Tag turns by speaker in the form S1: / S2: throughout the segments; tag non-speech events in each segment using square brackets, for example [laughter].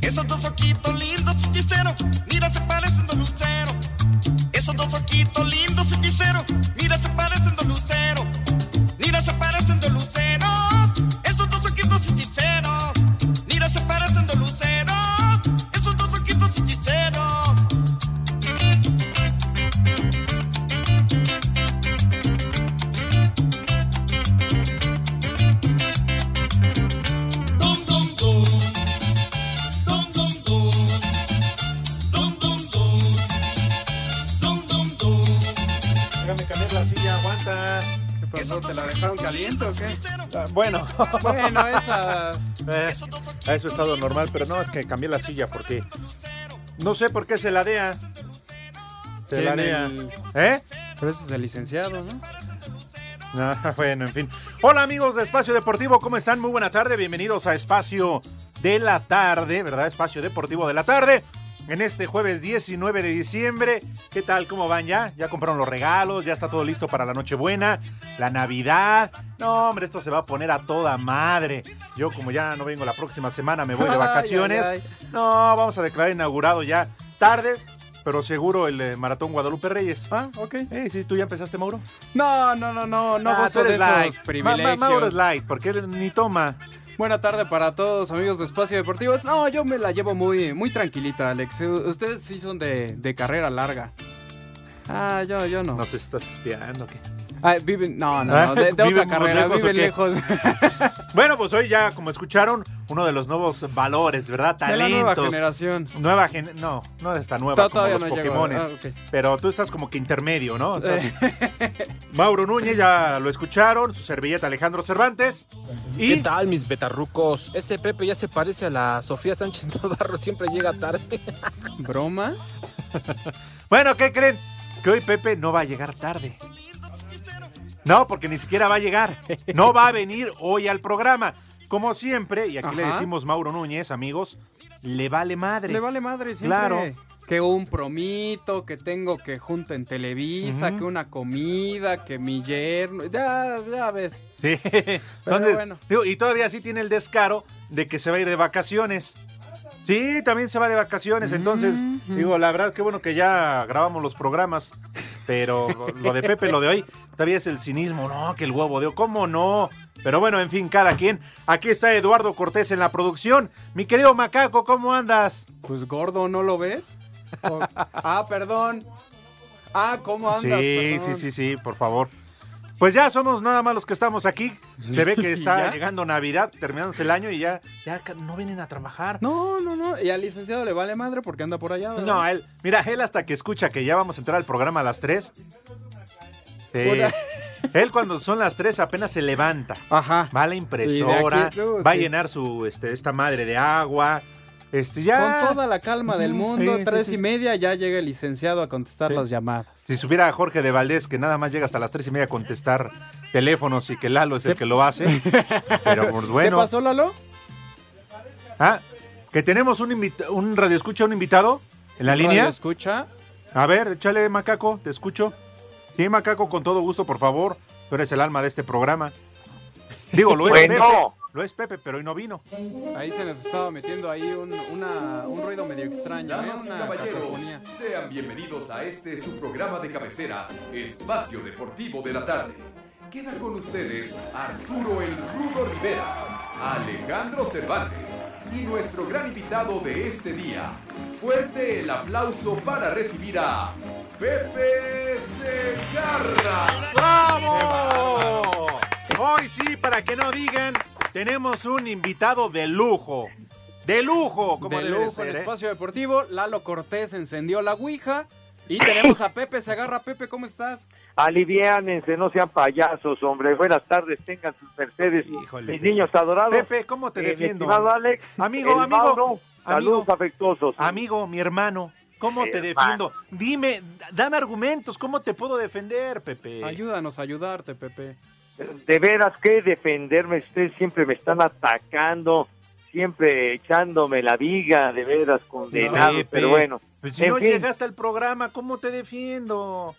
S1: Esos dos ojitos lindos, hechicero, mira, se parecen dos luceros. Esos dos ojitos lindos, hechicero, mira, se parecen dos luceros. Mira, se parecen dos luceros. Esos dos ojitos hechiceros, mira, se parecen dos luceros. Esos dos ojitos hechiceros. Dum, dum, dum. Dum dum dum, dum dum dum, dum dum dum.
S2: Déjame cambiar la silla, aguanta. ¿Qué pasó? ¿Te la dejaron caliente o qué? Ah, [laughs] bueno.
S3: Bueno, esa.
S2: Eh, a eso estado normal, pero no, es que cambié la silla porque. No sé por qué se ladea. Se
S3: ¿Quién,
S2: ladea.
S3: el-
S2: ¿Eh?
S3: Pero ese es el licenciado, ¿no?
S2: Ah, [laughs] bueno, en fin. Hola amigos de Espacio Deportivo, ¿cómo están? Muy buena tarde, bienvenidos a Espacio de la Tarde, ¿verdad? Espacio Deportivo de la Tarde. En este jueves 19 de diciembre, ¿qué tal? ¿Cómo van ya? ¿Ya compraron los regalos? ¿Ya está todo listo para la Nochebuena? ¿La Navidad? No, hombre, esto se va a poner a toda madre. Yo como ya no vengo la próxima semana, me voy de
S3: [laughs] Ay, ay,
S2: vacaciones.
S3: ay.
S2: No, vamos a declarar inaugurado ya tarde, pero seguro el eh, Maratón Guadalupe Reyes. Ah, ok. Eh, sí, ¿Tú ya empezaste, Mauro?
S3: No, no, no, no, no
S2: Ah, tú
S3: gozo de
S2: eres
S3: esos
S2: light. Ma- ma-
S3: privilegios.
S2: Mauro es light, porque él ni toma.
S3: Buena tarde para todos, amigos de Espacio Deportivos. No, yo me la llevo muy, muy tranquilita, Alex. U- Ustedes sí son de, de carrera larga. Ah, yo, yo no.
S2: No sé si estás espiando. ¿qué?
S3: Ah, viven, no, no,
S2: ¿Ah? [laughs]
S3: no, de, de
S2: ¿Viven
S3: otra
S2: muy
S3: carrera,
S2: lejos o
S3: viven
S2: qué? [laughs]
S3: lejos.
S2: Bueno, pues hoy ya, como escucharon, uno de los nuevos valores, ¿verdad?
S3: de
S2: Talentos.
S3: la nueva generación.
S2: Nueva gen- No, no eres tan nueva como
S3: No, todavía
S2: los
S3: no llego.
S2: Pokémones.
S3: Ah, ok.
S2: Pero tú estás como que intermedio, ¿no?
S3: [laughs]
S2: Estás- Mauro Núñez, ya lo escucharon. Su servilleta Alejandro Cervantes.
S4: ¿Qué
S2: Y
S4: tal, mis betarrucos? Ese Pepe ya se parece a la Sofía Sánchez Navarro, siempre llega tarde.
S3: ¿Bromas?
S2: bueno, ¿qué creen? Que hoy Pepe no va a llegar tarde. No, porque ni siquiera va a llegar. No va a venir hoy al programa. Como siempre, y aquí le
S3: Ajá.
S2: decimos Mauro Núñez, amigos, le vale madre.
S3: Le vale madre siempre.
S2: Claro.
S3: Que un promito, que tengo que junta en Televisa,
S2: Ujú.
S3: que una comida, que mi yerno. Ya, ya ves.
S2: Sí. Entonces,
S3: bueno.
S2: digo, y todavía sí tiene el descaro de que se va a ir de vacaciones. Sí, también se va de vacaciones. Entonces, digo, la verdad, qué bueno que ya grabamos los programas. Pero lo de Pepe, lo de hoy, todavía es el cinismo, ¿no? Que el huevo de oro, ¿cómo no? Pero bueno, en fin, cada quien. Aquí está Eduardo Cortés en la producción. Mi querido Macaco, ¿cómo andas?
S3: Pues gordo, ¿no lo ves? O- [laughs] ah, perdón. Ah, ¿cómo andas?
S2: sí,
S3: Perdón.
S2: sí, sí, sí, por favor. Pues ya somos nada más los que estamos aquí. Se ve que está
S3: ¿Ya?
S2: llegando Navidad, terminándose el año y ya, ya ca- no vienen a trabajar.
S3: No, no, no. Y al licenciado le vale madre porque anda por allá. ¿verdad?
S2: No, eh. él, mira, él hasta que escucha que ya vamos a entrar al programa a las 3.
S3: Una-
S2: Él cuando son las 3 apenas se levanta.
S3: Ajá.
S2: Va a la impresora,
S3: aquí, no,
S2: va a
S3: sí.
S2: llenar su este, esta madre de agua. Este ya.
S3: Con toda la calma del
S2: Ujú,
S3: mundo,
S2: sí, sí,
S3: tres
S2: sí.
S3: y media ya llega el licenciado a contestar
S2: Sí.
S3: las llamadas.
S2: Si supiera Jorge de Valdés que nada más llega hasta las 3 y media a contestar teléfonos y que Lalo es el que lo
S3: [laughs]
S2: hace. Pero pues, bueno.
S3: ¿Qué pasó, Lalo?
S2: Ah, que tenemos un invita- un radioescucha, un invitado. ¿En la
S3: radio
S2: línea?
S3: escucha.
S2: A ver, échale, Macaco, te escucho. Sí, Macaco, con todo gusto, por favor. Tú eres el alma de este programa. Digo, lo es
S5: Bueno.
S2: Pepe. Lo es Pepe, pero hoy no vino.
S3: Ahí se nos estaba metiendo ahí un, una- un ruido medio extraño, ¿eh?
S6: Damas y
S3: Una
S6: caballeros,
S3: cacofonía.
S6: sean bienvenidos a este su programa de cabecera, Espacio Deportivo de la Tarde. Queda con ustedes Arturo El Rudo Rivera, Alejandro Cervantes y nuestro gran invitado de este día. Fuerte el aplauso para recibir a Pepe Segarra.
S2: ¡Bravo! Hoy sí, para que no digan, tenemos un invitado de lujo. De lujo, como
S3: de
S2: debe
S3: lujo
S2: ser,
S3: en
S2: ¿eh?
S3: espacio deportivo. Lalo Cortés encendió la ouija. Y tenemos a Pepe. Se agarra Pepe, ¿cómo estás?
S5: Aliviánense, no sean payasos, hombre. Buenas tardes, tengan sus mercedes.
S2: Híjole.
S5: Mis niños adorados.
S2: Pepe, ¿cómo te
S5: Eh, mi
S2: defiendo?
S5: estimado Alex.
S2: Amigo,
S5: el
S2: amigo,
S5: Mauro,
S2: amigo.
S5: saludos afectuosos.
S2: Amigo, mi hermano, ¿cómo te
S5: Hermano.
S2: defiendo? Dime, dame argumentos, ¿cómo te puedo defender, Pepe?
S3: Ayúdanos a ayudarte, Pepe.
S5: De veras que defenderme, ustedes siempre me están atacando, siempre echándome la viga, de veras, condenados.
S2: Pepe,
S5: pero bueno,
S2: Pues si
S5: en
S2: no
S5: fin.
S2: llegaste al programa, ¿cómo te defiendo?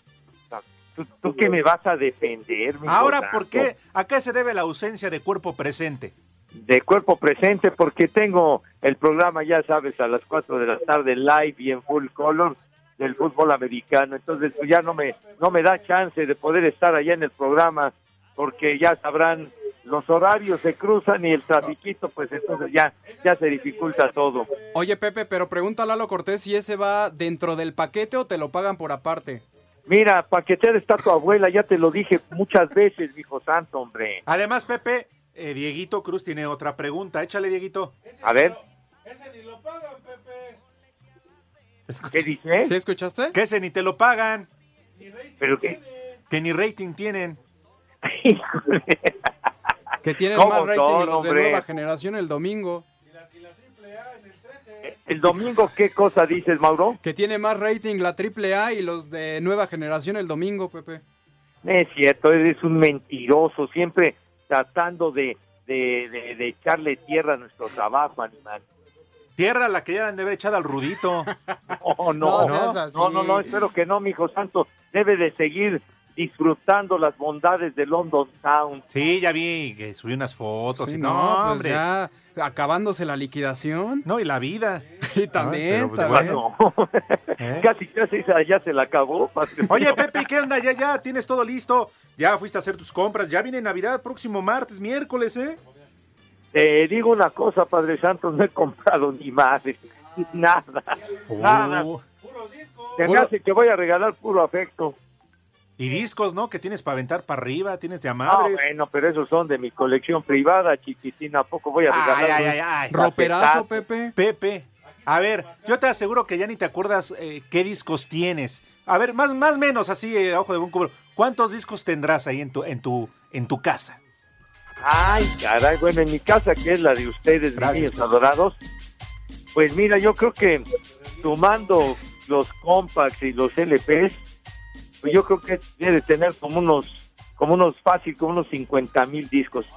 S5: ¿tú, tú que me vas a defender? mi
S2: Ahora,
S5: gordano?
S2: ¿por qué? ¿A qué se debe la ausencia de cuerpo presente?
S5: de cuerpo presente porque tengo el programa, ya sabes, a las 4 de la tarde live y en full color del fútbol americano. Entonces pues, ya no me no me da chance de poder estar allá en el programa porque ya sabrán los horarios se cruzan y el trafiquito pues entonces ya ya se dificulta todo.
S3: Oye, Pepe, pero pregunta a Lalo Cortés si ese va dentro del paquete o te lo pagan por aparte.
S5: Mira, paquetera está tu abuela, ya te lo dije muchas veces, hijo santo, hombre.
S2: Además, Pepe, eh, Dieguito Cruz tiene otra pregunta. Échale, Dieguito.
S5: A ver. ¿Qué dice?
S3: ¿Sí escuchaste?
S2: Que ese ni te lo pagan,
S5: ¿Pero qué?
S2: que ni rating tienen.
S5: Híjole.
S3: Que tienen
S5: ¿Cómo
S3: más rating
S5: son,
S3: los de
S5: hombre?
S3: nueva generación el domingo.
S5: ¿El domingo qué cosa dices, Mauro?
S3: Que tiene más rating la AAA y los de nueva generación el domingo, Pepe.
S5: No es cierto, eres un mentiroso, siempre tratando de, de, de- de echarle tierra a nuestro trabajo, animal.
S2: Tierra la que ya le han de haber echado al Rudito.
S5: No, no,
S3: No seas
S5: no,
S3: así.
S5: no, no, espero que no, mi hijo santo. Debe de seguir disfrutando las bondades de London Town.
S2: Sí, ya vi que subió unas fotos.
S3: Sí,
S2: y
S3: no,
S2: no,
S3: pues
S2: hombre.
S3: ya acabándose la liquidación.
S2: No, y la
S3: [laughs]
S2: vida.
S3: Y
S2: pero,
S3: también,
S2: pues,
S3: también.
S2: bueno.
S5: No.
S2: ¿Eh?
S5: [laughs] casi, casi ya se la acabó.
S2: [laughs]
S5: padre.
S2: Oye, Pepe, ¿qué onda? Ya, ya, tienes todo listo. Ya fuiste a hacer tus compras. Ya viene Navidad, próximo martes, miércoles, ¿eh?
S5: Te Eh, digo una cosa, Padre Santos, no he comprado ni madre, [laughs] nada, nada.
S2: Oh.
S5: Se me
S3: Puro-
S5: hace que voy a regalar puro afecto.
S2: Y discos, ¿no? Que tienes para aventar para arriba, tienes de a
S5: Ah,
S2: madres.
S5: bueno, pero esos son de mi colección privada, chiquitina. ¿A poco voy a
S2: Ay,
S5: regalar
S2: ay,
S5: unos
S2: ay, ay.
S3: Roperazo, Pepe.
S2: Pepe, a ver, yo te aseguro que ya ni te acuerdas eh, qué discos tienes. A ver, más más menos así, eh, a ojo de buen cubero. ¿Cuántos discos tendrás ahí en tu en tu en tu casa?
S5: Ay, caray, bueno, en mi casa, que es la de ustedes, mis niños adorados, pues mira, yo creo que sumando los compacts y los LPs, pues yo creo que debe tener como unos, como unos fácil, como unos 50 mil discos.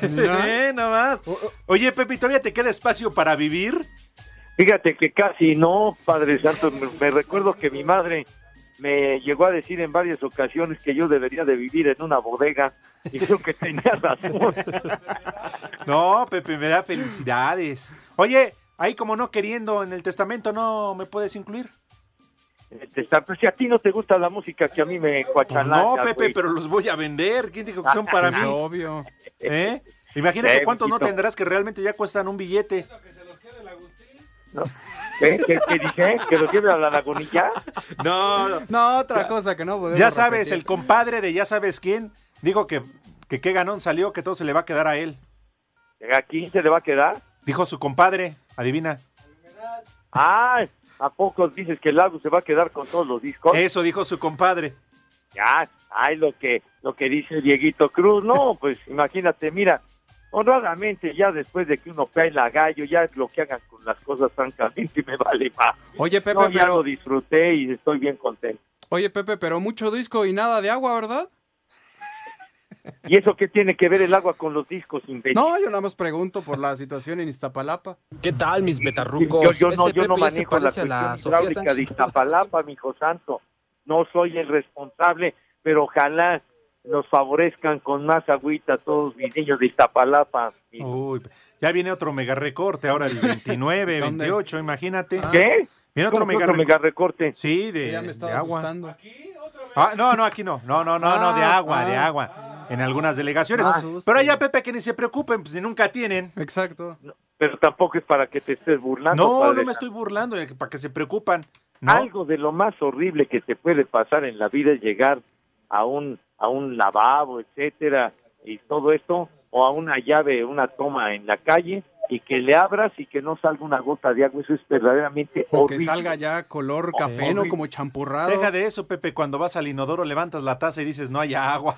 S2: Eh, nada más. Oye, Pepe, ¿todavía te queda espacio para vivir?
S5: Fíjate que casi no, Padre Santo, me- me recuerdo que mi madre me llegó a decir en varias ocasiones que yo debería de vivir en una bodega y creo que tenía [laughs] razón.
S2: No, Pepe, me da felicidades. Oye, ahí como no queriendo en el testamento no me puedes incluir.
S5: Te Este, está- Pero si a ti no te gusta la música que a mí me
S2: Pues
S5: cuachalanga,
S2: no, Pepe,
S5: güey.
S2: pero los voy a vender. ¿Quién dijo que son para
S3: Pues
S2: mí?
S3: obvio.
S2: ¿Eh? Imagínate
S5: Eh,
S2: cuántos no
S5: mijito.
S2: tendrás que realmente ya cuestan un billete.
S5: No. ¿Qué, qué, qué dije? ¿Que lo lleve a la lagunilla?
S2: No, no.
S3: No, otra cosa que no podemos
S2: Ya sabes, el
S3: repetir.
S2: compadre de ya sabes quién dijo que, que qué ganón salió, que todo se le va a quedar a él.
S5: ¿A 15 le va a quedar?
S2: Dijo su compadre, adivina.
S5: ¡Ah! ¿A poco dices que el lago se va a quedar con todos los discos?
S2: Eso dijo su compadre.
S5: Ya, ay, lo que, lo que dice Dieguito Cruz.
S4: [laughs]
S5: No, pues imagínate, mira, honradamente, ya después de que uno pela gallo, ya es lo que hagan con las cosas, francamente, [laughs] me vale más.
S3: Oye, Pepe,
S5: No, ya lo
S3: pero,
S5: disfruté y estoy bien contento.
S3: oye, Pepe, pero mucho disco y nada de agua, ¿verdad?
S5: ¿Y eso qué tiene que ver el agua con los discos, imbécil?
S3: No, yo nada más pregunto por la situación en Iztapalapa.
S4: ¿Qué tal, mis betarrucos?
S5: Yo, yo no, yo no
S4: SPP ya se parece
S5: manejo la
S4: a
S5: cuestión
S4: la Sofía
S5: hidráulica de
S4: Sánchez
S5: Iztapalapa, mijo santo. No soy el responsable, pero ojalá nos favorezcan con más agüita todos mis niños de Iztapalapa. mijo.
S2: Uy, ya viene otro mega recorte ahora
S3: [laughs]
S2: el 29,
S3: ¿Dónde?
S2: 28, imagínate.
S5: ¿Qué?
S2: Viene otro
S5: ¿Cómo que
S2: mega,
S5: otro
S2: re-
S5: mega recorte.
S2: Sí, de,
S3: Ya me estaba
S2: de agua.
S3: asustando.
S2: Ah, no, no, aquí no. No, no, no, no, de
S3: Ah,
S2: agua, de
S3: ah.
S2: agua. En algunas delegaciones. Ah,
S3: No asustes.
S2: Pero allá, Pepe, que ni se preocupen, pues ni nunca tienen.
S3: Exacto.
S5: Pero tampoco es para que te estés burlando.
S2: No,
S5: padre
S2: no me estoy burlando, eh, para que se preocupan. No.
S5: Algo de lo más horrible que te puede pasar en la vida es llegar a un a un lavabo, etcétera, y todo esto o a una llave, una toma en la calle y que le abras y que no salga una gota de agua, eso es verdaderamente
S3: O que
S5: horrible. [laughs]
S3: salga ya color café, ¿no? Como champurrado.
S2: Deja de eso, Pepe, cuando vas al inodoro levantas la taza y dices, no hay agua.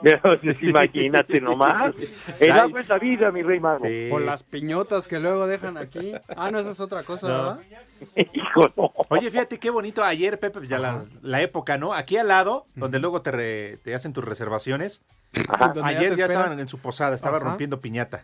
S5: Entonces, pues, imagínate
S2: [laughs]
S5: nomás. El
S2: Ay.
S5: agua es la vida, mi rey mago.
S3: O las piñotas que luego dejan aquí. Ah, no, esa es otra cosa, ¿verdad?
S5: [laughs] Hijo, no.
S2: Oye, fíjate qué bonito ayer, Pepe, ya la, la época, ¿no? Aquí al lado, donde luego te, re- te hacen tus reservaciones,
S3: Donde
S2: ayer
S3: te
S2: ya
S3: esperan.
S2: estaban en su posada, estaba
S3: Ajá.
S2: rompiendo piñata.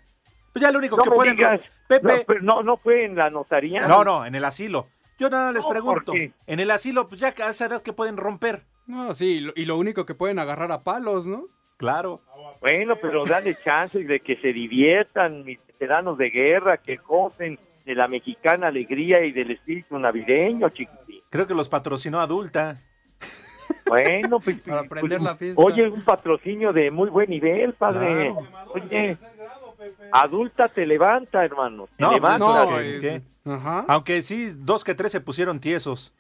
S2: Pues ya lo único
S5: No
S2: que
S5: me
S2: pueden...
S5: digas. No, pues,
S2: Pepe,
S5: pero no, no fue en la notaría.
S2: No, no, en el asilo. Yo nada les
S5: No, ¿por
S2: pregunto.
S5: qué?
S2: En el asilo, pues ya a esa edad que pueden romper.
S3: No, sí, y lo- y lo único que pueden agarrar a palos, ¿no?
S2: Claro.
S5: Bueno, pero dale chance de que se diviertan mis veteranos de guerra, que gocen de la mexicana alegría y del espíritu navideño, chiquitín.
S2: Creo que los patrocinó adulta.
S5: Bueno, pues,
S3: [laughs] Para
S5: pues,
S3: prender la fiesta.
S5: Oye, un patrocinio de muy buen nivel, padre. Oye, adulta te levanta, hermano. Te
S2: No, pues,
S5: levanta.
S2: no,
S3: ¿Qué?
S2: eh, ¿qué?
S3: Ajá.
S2: Aunque sí, dos que tres se
S5: [laughs]
S2: pusieron tiesos.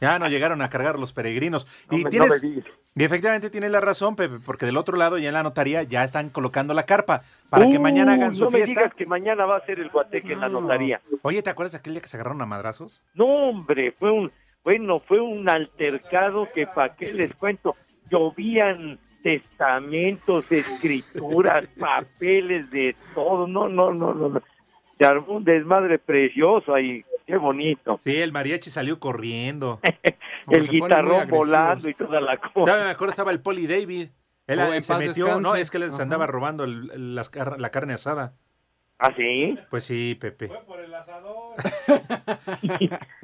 S2: ya no llegaron a cargar los peregrinos.
S5: No me-
S2: y
S5: no
S2: tienes,
S5: me digas.
S2: y efectivamente tienes la razón, Pepe, porque del otro lado ya en la notaría ya están colocando la carpa para que
S5: Uh,
S2: mañana hagan su
S5: no me
S2: fiesta.
S5: digas que mañana va a ser el guateque en la notaría.
S2: Oye, ¿te acuerdas aquel día que se agarraron a madrazos?
S5: No, hombre, fue un, bueno, fue un altercado que para qué les cuento. Llovían testamentos,
S3: [laughs]
S5: escrituras, papeles de todo. No, no, no, no. no. Se armó un desmadre precioso ahí. Qué bonito.
S2: Sí, el mariachi
S5: [laughs]
S2: salió corriendo.
S3: Como
S5: el
S3: se ponen muy
S5: guitarrón
S3: agresivos.
S5: volando y toda la cosa.
S2: Ya me acuerdo, estaba el Poli David. Él
S3: Oh, en
S2: se
S3: paz
S2: metió, no,
S3: descanse.
S2: es que les
S3: Ajá.
S2: andaba robando el- el- las car- la carne asada.
S5: ¿Ah, sí?
S2: Pues sí, Pepe.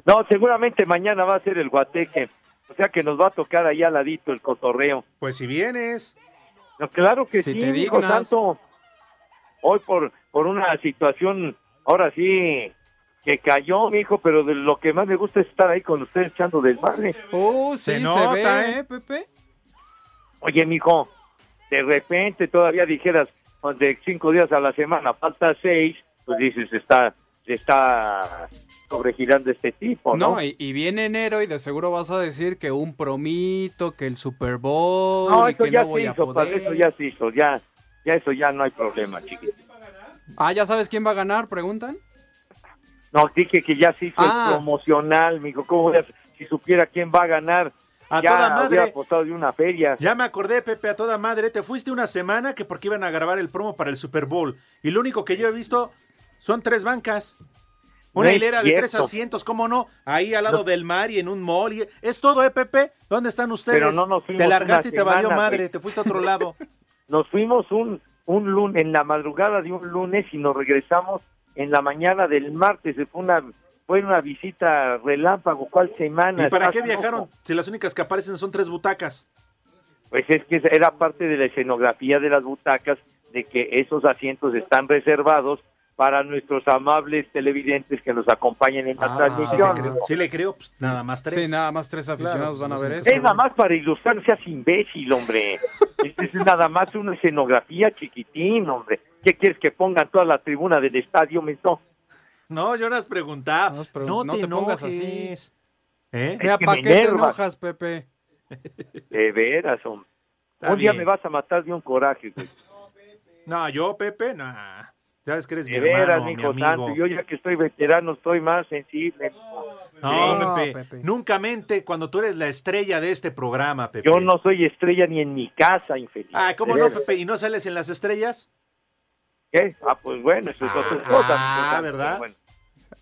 S5: No, seguramente mañana va a ser el guateque. O sea que nos va a tocar ahí al ladito el cotorreo.
S2: Pues si vienes.
S5: No, claro que
S3: Si
S5: sí,
S3: te
S5: hijo
S3: dignas.
S5: santo. Hoy por, por una situación, ahora sí, que cayó, mi hijo, pero de lo que más me gusta es estar ahí con ustedes echando desmadre.
S3: Oh, sí,
S2: Se
S3: se,
S2: nota,
S3: ve,
S2: ¿eh?
S3: ¿eh, Pepe?
S5: Oye, mijo, de repente todavía dijeras, pues, de cinco días a la semana, falta seis, pues dices, está, se está sobregirando este tipo, ¿no?
S3: No, y, y viene enero y de seguro vas a decir que un promito, que el Super Bowl,
S5: No,
S3: y
S5: eso
S3: que
S5: ya
S3: no voy
S5: se
S3: a
S5: hizo, padre,
S3: poder.
S5: eso ya se hizo, ya, ya eso ya no hay problema, chiquito.
S3: Ah, ¿ya sabes quién va a ganar? Preguntan.
S5: No, dije que ya se hizo
S3: Ah.
S5: el promocional, mijo, ¿cómo voy a- si supiera quién va a ganar?
S2: A
S5: ya
S2: toda madre.
S5: hubiera apostado de una feria.
S2: Ya me acordé, Pepe, a toda madre. Te fuiste una semana que porque iban a grabar el promo para el Super Bowl. Y lo único que yo he visto son tres bancas. Una
S5: No es
S2: hilera de tres
S5: cierto.
S2: asientos, ¿cómo no? Ahí al lado del mar y en un mall. y- Es todo, ¿eh, Pepe? ¿Dónde están ustedes?
S5: Pero no nos fuimos
S2: te largaste y
S5: una
S2: te valió
S5: semana,
S2: madre,
S5: güey.
S2: te fuiste a
S5: [laughs]
S2: otro lado.
S5: Nos fuimos un, un lunes, en la madrugada de un lunes y nos regresamos en la mañana del martes. Fue una, fue una visita relámpago, ¿cuál semana?
S2: ¿Y para
S5: ¿Estás
S2: qué
S5: loco?
S2: viajaron? Si las únicas que aparecen son tres butacas.
S5: Pues es que era parte de la escenografía de las butacas, de que esos asientos están reservados para nuestros amables televidentes que nos acompañan en la
S3: Ah,
S2: Sí le
S5: transmisión.
S3: Yo
S2: creo, sí le creo, pues nada más tres.
S3: Sí, nada más tres aficionados van a ver eso.
S5: Es nada más para ilustrar, seas imbécil, hombre. Esta es nada más una escenografía chiquitín, hombre. ¿Qué quieres que pongan toda la tribuna del estadio, mentón?
S2: No, yo las preguntaba.
S3: No,
S2: No,
S3: pero no
S2: te,
S3: te pongas
S2: enojes. ¿Eh?
S3: Mira,
S5: que
S3: ¿para
S5: me
S3: qué te
S5: enerva.
S3: enojas, Pepe?
S5: De veras, hombre.
S2: Está
S5: un día
S2: bien.
S5: me vas a matar de un coraje, güey.
S2: No, yo, Pepe, no. Sabes que eres mi
S5: De
S2: hermano,
S5: veras,
S2: mi
S5: hijo
S2: amigo.
S5: santo. Yo ya que estoy veterano, estoy más sensible.
S2: No,
S3: No,
S2: Pepe,
S3: Pepe.
S2: Nunca mente cuando tú eres la estrella de este programa, Pepe.
S5: Yo no soy estrella ni en mi casa, infeliz.
S2: Ah, ¿cómo
S5: De
S2: no,
S5: veras.
S2: Pepe? ¿Y no sales en las estrellas?
S5: ¿Qué? Ah, pues bueno, eso es otra
S2: Ah,
S5: cosa. hijo santo,
S2: ¿verdad?
S5: bueno.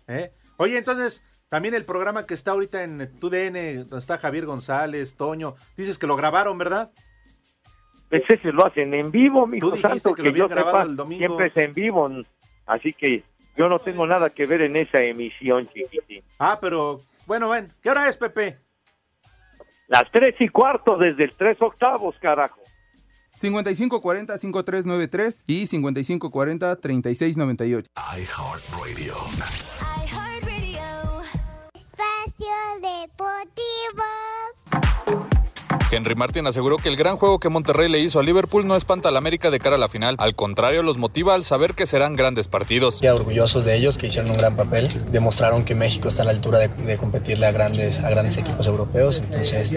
S2: ¿Eh? Oye, entonces, también el programa que está ahorita en TUDN, donde está Javier González, Toño, dices que lo grabaron, ¿verdad?
S5: Pues ese lo hacen en vivo, mi
S2: Tú dijiste
S5: santo,
S2: que
S5: que,
S2: lo
S5: yo
S2: habían grabado
S5: sepa,
S2: el domingo.
S5: siempre es en vivo. Así que yo no tengo nada que ver en esa emisión, chiquitín.
S2: Ah, pero bueno, ven. ¿Qué hora es, Pepe?
S5: Las tres y cuarto desde el tres octavos, carajo.
S7: 5540-5393 y 5540-3698.
S6: iHeartRadio.
S8: Espacio Deportivo.
S9: Henry Martin aseguró que el gran juego que Monterrey le hizo a Liverpool no espanta al América de cara a la final, al contrario los motiva al saber que serán grandes partidos.
S10: Ya orgullosos de ellos que hicieron un gran papel, demostraron que México está a la altura de, de competirle a grandes, a grandes equipos europeos, entonces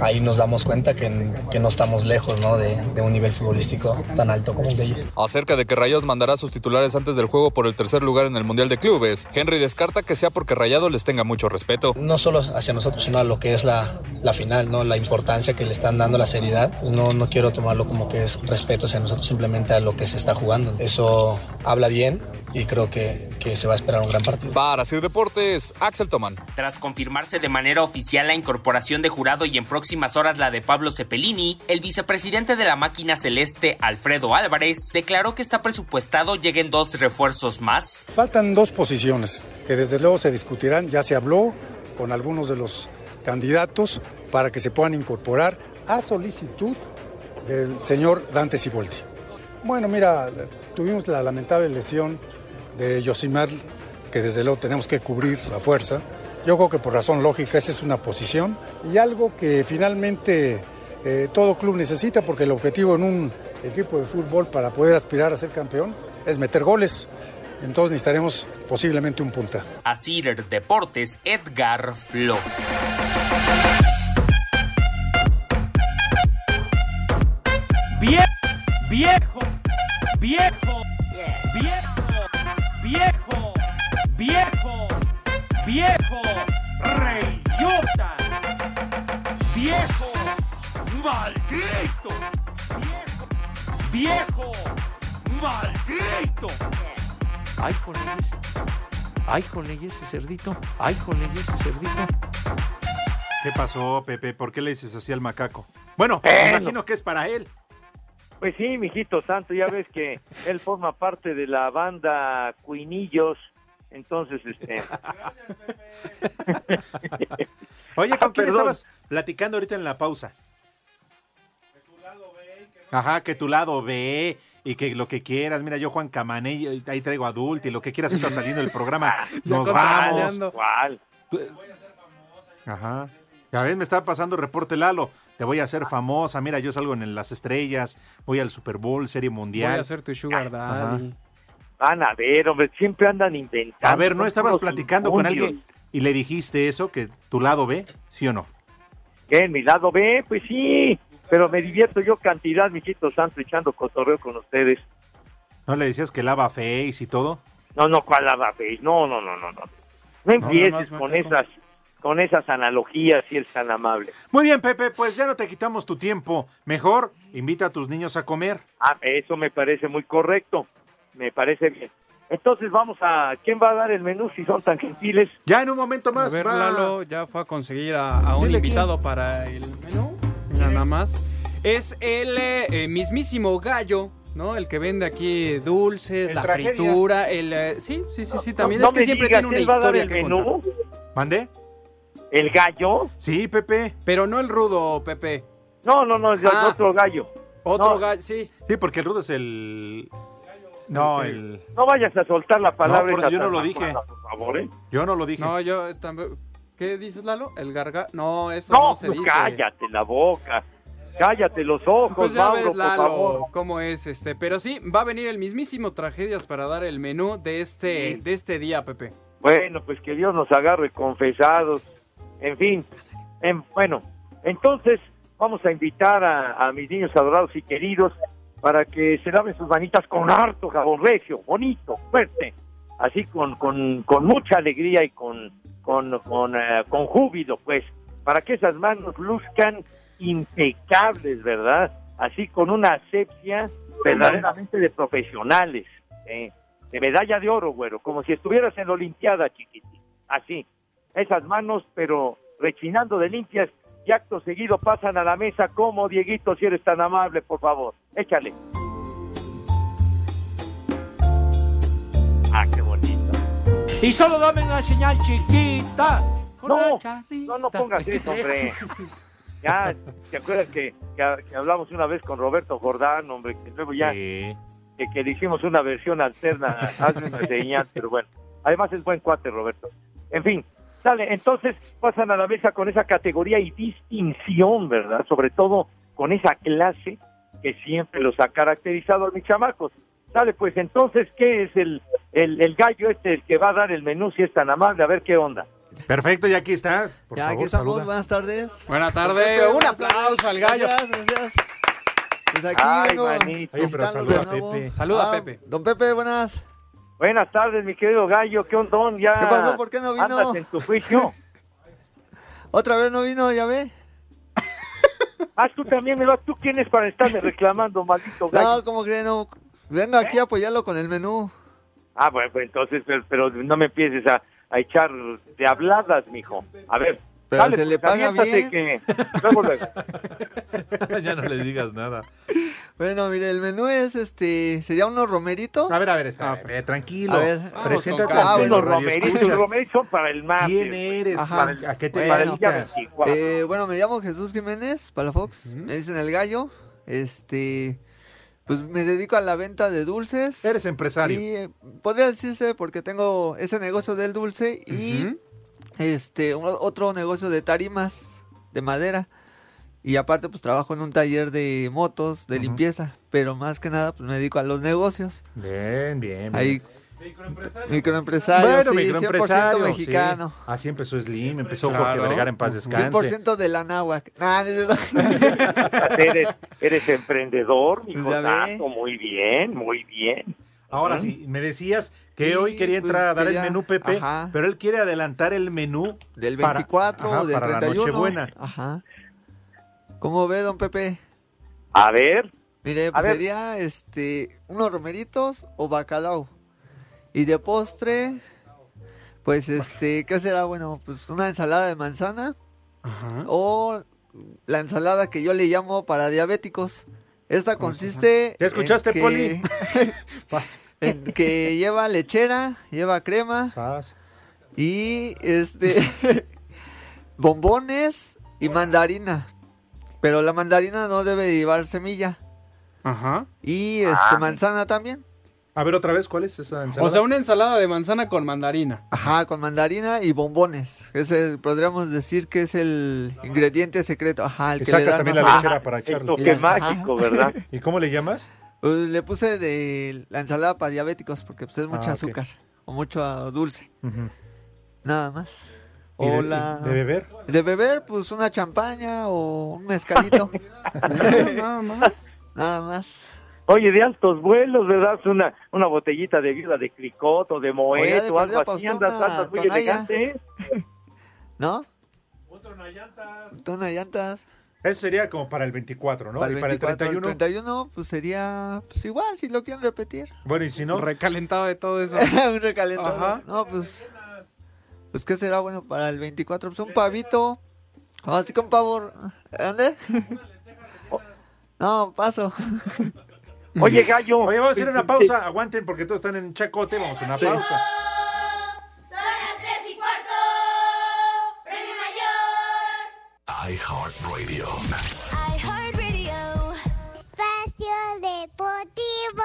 S10: ahí nos damos cuenta que, n- que no estamos lejos ¿no? De, de un nivel futbolístico tan alto como el de ellos.
S9: Acerca de que Rayados mandará a sus titulares antes del juego por el tercer lugar en el Mundial de Clubes, Henry descarta que sea porque Rayados les tenga mucho respeto.
S10: No solo hacia nosotros, sino a lo que es la, la final, ¿no? la importancia que le están dando, la seriedad. No, no quiero tomarlo como que es respeto hacia nosotros, simplemente a lo que se está jugando. Eso habla bien y creo que, que se va a esperar un gran partido.
S9: Para Sir Deportes, Axel Toman.
S11: Tras confirmarse de manera oficial la incorporación de jurado y en próximas horas la de Pablo Cepelini, el vicepresidente de la máquina celeste, Alfredo Álvarez, declaró que está presupuestado lleguen dos refuerzos más.
S12: Faltan dos posiciones que desde luego se discutirán, ya se habló con algunos de los candidatos para que se puedan incorporar a solicitud del señor Dante Siboldi. Bueno, mira, tuvimos la lamentable lesión de Yosimar, que desde luego tenemos que cubrir la fuerza. Yo creo que por razón lógica esa es una posición y algo que finalmente eh, todo club necesita porque el objetivo en un equipo de fútbol para poder aspirar a ser campeón es meter goles. Entonces necesitaremos posiblemente un punta.
S11: A Cider Deportes, Edgar Flores.
S1: Viejo, viejo, viejo, viejo, viejo, viejo, viejo, reyota, viejo, maldito, viejo, viejo, maldito. Ay, colegues, ay, colegues ese cerdito, ay, colegues ese cerdito.
S2: ¿Qué pasó, Pepe? ¿Por qué le dices así al macaco? Bueno,
S5: Bueno.
S2: imagino que es para [laughs] él.
S5: Pues sí, mijito santo, ya ves
S2: [laughs]
S5: que él forma parte de la banda Cuinillos, entonces este...
S2: Oye, ¿con
S5: Ah,
S2: quién
S5: perdón.
S2: estabas platicando ahorita en la pausa? Ajá, que tu lado ve y que lo que quieras. Mira, yo Juan Camané, y ahí traigo adulto y lo que quieras está saliendo del [laughs] programa. Nos [laughs] vamos.
S5: ¿Cuál?
S2: Ajá. Ya ves, me está pasando reporte Lalo. Te voy a hacer famosa. Mira, yo salgo en las estrellas, voy al Super Bowl, Serie Mundial.
S7: Voy a ser tu sugar daddy.
S5: Van a ver, hombre, siempre andan inventando.
S2: A ver, ¿no
S5: son
S2: estabas
S5: puros
S2: platicando con
S5: infundios.
S2: alguien y le dijiste eso, que tu lado ve, sí o no?
S5: ¿Qué? ¿En mi lado B? Pues sí, pero me divierto yo cantidad, mijito santo, echando cotorreo con ustedes.
S2: ¿No le decías que lava face y todo?
S5: No, no, ¿cuál lava face? No, no, no, no, no. No empieces
S2: no, no,
S5: con
S2: no.
S5: esas con esas analogías, si eres tan amable.
S2: Muy bien, Pepe, pues ya no te quitamos tu tiempo. Mejor, invita a tus niños a comer.
S5: Ah, eso me parece muy correcto. Me parece bien. Entonces vamos a... ¿Quién va a dar el menú si son tan gentiles?
S2: Ya en un momento
S7: A ver, Lalo ya fue a conseguir a, a un
S5: Dile
S7: invitado para el menú. Mira nada más. Es el eh, eh, mismísimo gallo, ¿no? El que vende aquí dulces,
S2: El
S7: la
S2: tragedias.
S7: fritura, el... eh, sí, sí, sí, sí, también.
S2: no
S7: es que
S2: me
S7: siempre
S2: digas,
S7: tiene una
S2: ¿él va a dar
S7: historia
S2: el
S7: que
S2: menú?
S7: contar.
S2: ¿Mandé?
S5: ¿El gallo?
S2: Sí, Pepe.
S7: Pero no el rudo, Pepe.
S5: No, no, no, es
S7: Ah.
S5: otro gallo.
S7: Otro
S5: No.
S7: gallo, sí.
S2: Sí, porque el rudo es el... No, el...
S5: No vayas a soltar la palabra.
S2: No, por-
S5: esa
S2: yo no
S5: tan
S2: lo dije.
S5: bajada, Por favor, ¿eh?
S2: Yo no lo dije.
S7: No, yo también... ¿Qué dices, Lalo? El garga... No, eso no,
S5: No,
S7: se
S5: pues
S7: dice.
S5: cállate la boca. Cállate los ojos,
S7: Pues ya
S5: Mauro,
S7: ves,
S5: por favor.
S7: Lalo, cómo es este. Pero sí, va a venir el mismísimo Tragedias para dar el menú de este, de este día, Pepe.
S5: Bueno, pues que Dios nos agarre confesados. En fin, en- bueno, entonces vamos a invitar a, a mis niños adorados y queridos para que se laven sus manitas con harto jabón recio, bonito, fuerte, así con, con, con mucha alegría y con, con, con, eh, con júbilo, pues, para que esas manos luzcan impecables, ¿verdad? Así con una asepsia verdaderamente de profesionales. ¿eh? de medalla de oro, güero, como si estuvieras en la Olimpiada, chiquiti. Así, esas manos, pero rechinando de limpias, y acto seguido pasan a la mesa como Dieguito, si eres tan amable, por favor. Échale.
S7: Ah, qué bonito. Y solo dame una señal chiquita.
S5: No, no, no pongas
S7: [laughs]
S5: eso, hombre. Ya, ¿te acuerdas que, que- que hablamos una vez con Roberto Jordán, hombre? Que luego ya que, que le hicimos una versión alterna, hazme una señal, pero bueno. Además es buen cuate, Roberto. En fin, sale. Entonces pasan a la mesa con esa categoría y distinción, ¿verdad? Sobre todo con esa clase que siempre los ha caracterizado a mis chamacos. Sale, pues entonces, ¿qué es el, el, el gallo este el que va a dar el menú si es tan amable? A ver qué onda.
S2: Perfecto, ya aquí está. Por
S13: Ya,
S2: favor,
S13: aquí estamos.
S2: saluda.
S13: Buenas tardes.
S3: Buenas tardes.
S13: Perfecto,
S3: Un
S13: buenas
S3: aplauso
S13: tardes.
S3: al gallo.
S13: Gracias, gracias. Pues aquí
S5: Ay,
S13: vengo.
S5: manito.
S13: Oye, pero
S5: Están los
S13: saluda
S5: de
S13: a
S5: nuevo.
S13: Pepe.
S5: Saluda a
S13: Ah,
S5: Pepe.
S13: Don Pepe, buenas.
S5: Buenas tardes, mi querido gallo. ¿Qué ondón? Ya
S13: ¿Qué
S7: Ah,
S13: pasó? ¿Por qué no vino?
S5: Andas en tu juicio.
S13: Otra vez no vino, ya ve.
S5: Ah, tú también, mira, ¿tú quién es para estarme reclamando, maldito gallo?
S13: No, ¿cómo creen? No. Vengo
S7: ¿Eh?
S13: aquí a apoyarlo con el menú.
S5: Ah, bueno, pues entonces, pero, pero no me empieces a, a echar de habladas, mijo. A ver.
S13: Pero se le
S5: pues,
S13: paga
S5: aviéntate
S13: bien.
S5: que-
S13: [laughs]
S5: luego, luego.
S13: ya no le digas nada. Bueno, mire, el menú es este. ¿Sería unos romeritos?
S2: A ver, a ver, espera, a ver, tranquilo.
S13: A ver.
S2: preséntate
S13: Ah,
S2: ante
S13: bueno,
S2: los radioescuchas.
S5: Los romeritos son para el mar.
S2: ¿Quién eres?
S13: Ajá.
S2: ¿Para- ¿A qué te
S13: Bueno,
S2: dedicas?
S13: eh, bueno, me llamo Jesús Jiménez Palafox. Me dicen el gallo. Este. Pues me dedico a la venta de dulces. Eres
S2: empresario.
S13: Y eh, podría decirse porque tengo ese negocio del dulce y este un- otro negocio de tarimas de madera. Y aparte pues trabajo en un taller de motos, de limpieza, pero más que nada pues me dedico a los negocios.
S2: Bien, bien. bien.
S13: Ahí microempresario,
S2: Bueno,
S13: sí,
S2: microempresario,
S13: 100%
S2: sí.
S13: mexicano.
S2: Así empezó Slim, empezó
S13: Claro.
S2: Jorge Vergara en paz descanse.
S13: 100% de la náhuac. Nah, no es cierto.
S5: Eres, eres emprendedor, mijo.
S2: Ya ve.
S5: Tanto, muy bien, muy bien.
S2: Ahora
S5: ¿Mm?
S2: sí, me decías que
S5: Sí,
S2: hoy quería entrar
S5: pues,
S2: a dar
S5: quería-
S2: el menú Pepe,
S13: ajá.
S2: pero él quiere adelantar el menú
S13: Del
S2: para-
S13: 24
S2: ajá,
S13: o del
S2: para la
S13: 31.
S2: Nochebuena.
S13: Ajá. ¿Cómo ve, don Pepe?
S5: A ver.
S13: Mire, pues sería este unos romeritos o bacalao. Y de postre, pues este, ¿qué será? Bueno, pues una ensalada de manzana o la ensalada que yo le llamo para diabéticos. Esta consiste.
S2: ¿Ya escuchaste,
S13: en que-
S2: Poli?
S13: en que lleva lechera, lleva crema y este [laughs] bombones y mandarina. Pero la mandarina no debe llevar semilla.
S3: Ajá.
S13: Y este
S3: Ah.
S13: manzana también.
S2: A ver otra vez, ¿cuál es esa
S3: O sea, una ensalada de manzana con mandarina.
S13: Ajá, con mandarina y bombones. Ese podríamos decir que es el ingrediente secreto. Ajá, el
S2: Y
S13: que le
S2: sacas
S13: da
S2: también
S13: más
S2: la
S13: sabor.
S2: lechera para echarlo.
S13: Y la- ajá.
S2: ¿Y cómo le llamas?
S13: Pues, le puse de la ensalada para diabéticos porque pues, es mucho
S2: Ah, ok.
S13: azúcar o mucho ah, dulce.
S2: Ujú.
S13: Nada más.
S2: ¿Y de-
S13: O la-
S2: de beber?
S13: De beber, pues una champaña o un
S3: [laughs]
S13: mezcalito. Nada más. Nada más.
S5: Oye, de altos vuelos, ¿verdad? Una, una botellita de viuda de cricot o
S13: Oye,
S5: de
S13: ya
S5: moeto
S13: de
S5: o algo
S13: perdida,
S5: así.
S13: pues,
S5: Andas,
S13: una
S5: andas muy
S13: tonalla.
S5: elegante. ¿eh?
S13: ¿No? Un llantas.
S2: Eso sería como para el 24, ¿no?
S13: Para
S2: y
S13: el
S2: para el
S13: 24,
S2: 31.
S13: el 31, pues sería pues igual, si lo quieren repetir.
S2: Bueno, y si no,
S3: Recalentado de todo eso.
S13: [laughs] un recalentado.
S3: Ajá.
S13: No, pues. Pues, ¿qué será bueno para el 24? Pues un pavito. O así con pavo. ¿Dónde? No, paso.
S5: Oye, gallo.
S2: Mm.
S5: este,
S2: Oye, vamos a hacer una pausa. Aguanten porque todos están en chacote. Vamos a una
S13: Sí.
S2: pausa.
S14: ¡Tres y cuarto! ¡Premio
S15: iHeartRadio.
S14: mayor! Radio. Espacio Deportivo.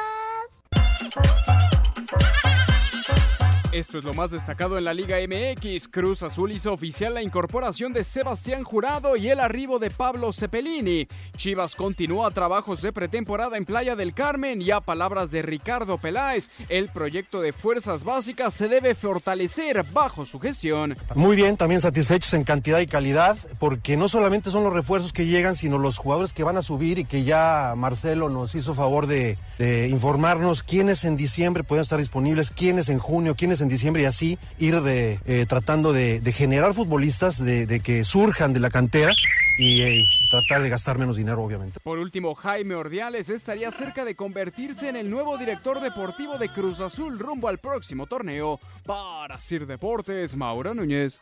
S3: Esto es lo más destacado en la Liga MX. Cruz Azul hizo oficial la incorporación de Sebastián Jurado y el arribo de Pablo Cepelini. Chivas continúa trabajos de pretemporada en Playa del Carmen y a palabras de Ricardo Peláez, el proyecto de fuerzas básicas se debe fortalecer bajo su gestión.
S16: Muy bien, también satisfechos en cantidad y calidad, porque no solamente son los refuerzos que llegan, sino los jugadores que van a subir y que ya Marcelo nos hizo favor de, Eh, de informarnos quiénes en diciembre pueden estar disponibles, quiénes en junio, quiénes en diciembre y así ir de, eh, tratando de, de generar futbolistas, de, de que surjan de la cantera y eh, tratar de gastar menos dinero, obviamente.
S3: Por último, Jaime Ordiales estaría cerca de convertirse en el nuevo director deportivo de Cruz Azul rumbo al próximo torneo. Para Sir Deportes, Mauro Núñez.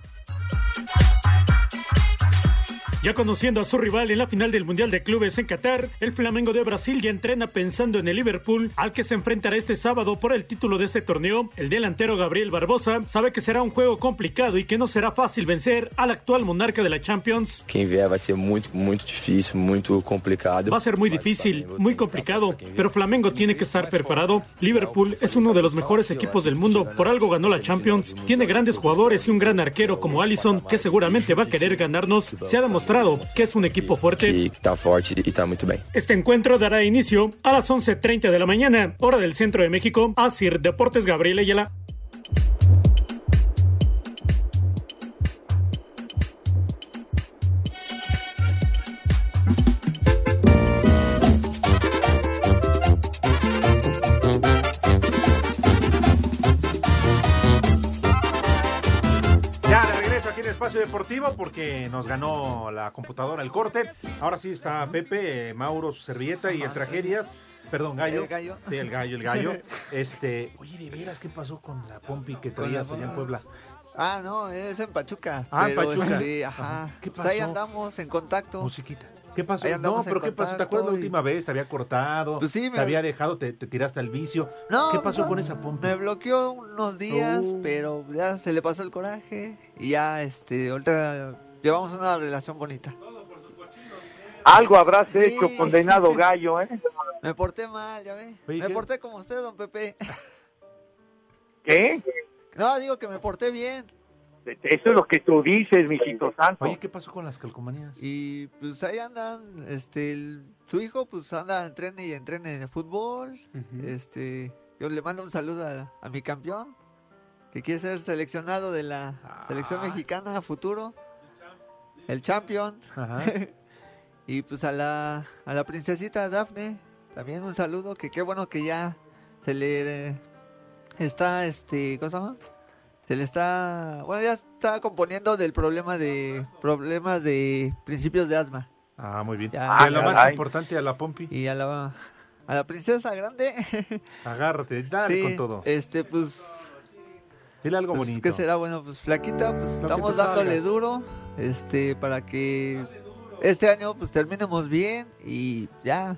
S15: Ya conociendo a su rival en la final del Mundial de Clubes en Qatar, el Flamengo de Brasil ya entrena pensando en el Liverpool, al que se enfrentará este sábado por el título de este torneo. El delantero Gabriel Barbosa sabe que será un juego complicado y que no será fácil vencer al actual monarca de la Champions.
S17: Quem vier vai ser muito, muito difícil, muito complicado.
S15: Va a ser muy difícil, muy complicado, pero Flamengo tiene que estar preparado. Liverpool es uno de los mejores equipos del mundo, por algo ganó la Champions. Tiene grandes jugadores y un gran arquero como Allison, que seguramente va a querer ganarnos. Se ha demostrado que es un equipo fuerte.
S17: Que, que tá forte e tá muito bem.
S15: Este encuentro dará inicio a las 11.30 de la mañana, hora del centro de México. Asir Deportes Gabriel Ayala.
S2: Ya de regreso aquí en Espacio Deportivo porque nos ganó la computadora el corte. Ahora sí está Pepe, eh, Mauro, su servilleta y el tragedias. Perdón, gallo.
S18: El gallo.
S2: Sí, el gallo,
S13: [laughs]
S2: el gallo. Este,
S18: Oye, de veras, ¿qué pasó con la
S2: Pompi que
S18: Con la
S2: traías allá
S18: bomba.
S2: en Puebla.
S13: Ah, no, es en Pachuca.
S2: Ah, en
S13: pero,
S2: Pachuca.
S13: este, ajá.
S2: Ajá. ¿Qué
S13: Pues ahí
S2: pasó? Pues,
S13: andamos en contacto.
S2: Musiquita. ¿Qué pasó?
S13: Ahí
S2: No,
S13: andamos
S2: pero
S13: en
S2: ¿qué pasó? ¿Te acuerdas la
S13: contacto y-
S2: última vez? Te había cortado,
S13: Pues sí, me-
S2: te había dejado, te, te tiraste al vicio.
S13: No,
S2: ¿Qué pasó
S13: no,
S2: con esa pompa? Oh.
S13: Me bloqueó unos días, pero ya se le pasó el coraje y ya, este, ahorita llevamos una relación bonita.
S5: Algo habrás hecho,
S13: [laughs]
S5: condenado gallo, ¿eh?
S13: Me porté mal, ya ve.
S5: Oye,
S13: me
S5: ¿qué?
S13: porté como usted, don Pepe.
S5: ¿Qué?
S13: No, digo que me porté bien.
S5: Eso es lo que tú dices, mijito santo.
S2: ¿Qué pasó con las calcomanías?
S13: Y pues ahí andan, este, el- su hijo pues anda, entrene y entrene en el fútbol. Este, yo le mando un saludo a, a mi campeón, que quiere ser seleccionado de la selección mexicana a futuro. El champion. [laughs] y pues a la, a la princesita Dafne, también un saludo, que qué bueno que ya se le eh, está, este, ¿cómo se llama? Se le está, bueno, ya está componiendo del problema de, problemas de principios de asma.
S2: Ah, muy bien.
S13: Ya,
S2: De lo
S13: ya.
S2: más
S13: Ay.
S2: importante a la Pompi.
S13: Y a la, a la princesa [laughs] grande.
S2: Agárrate, dale
S13: Sí,
S2: con todo.
S13: Este, pues.
S2: Dile algo
S13: pues,
S2: bonito.
S13: ¿Qué será? Bueno, pues flaquita, pues
S2: que
S13: estamos
S2: te
S13: dándole
S2: salga.
S13: duro. Este, para que este año, pues terminemos bien. Y ya,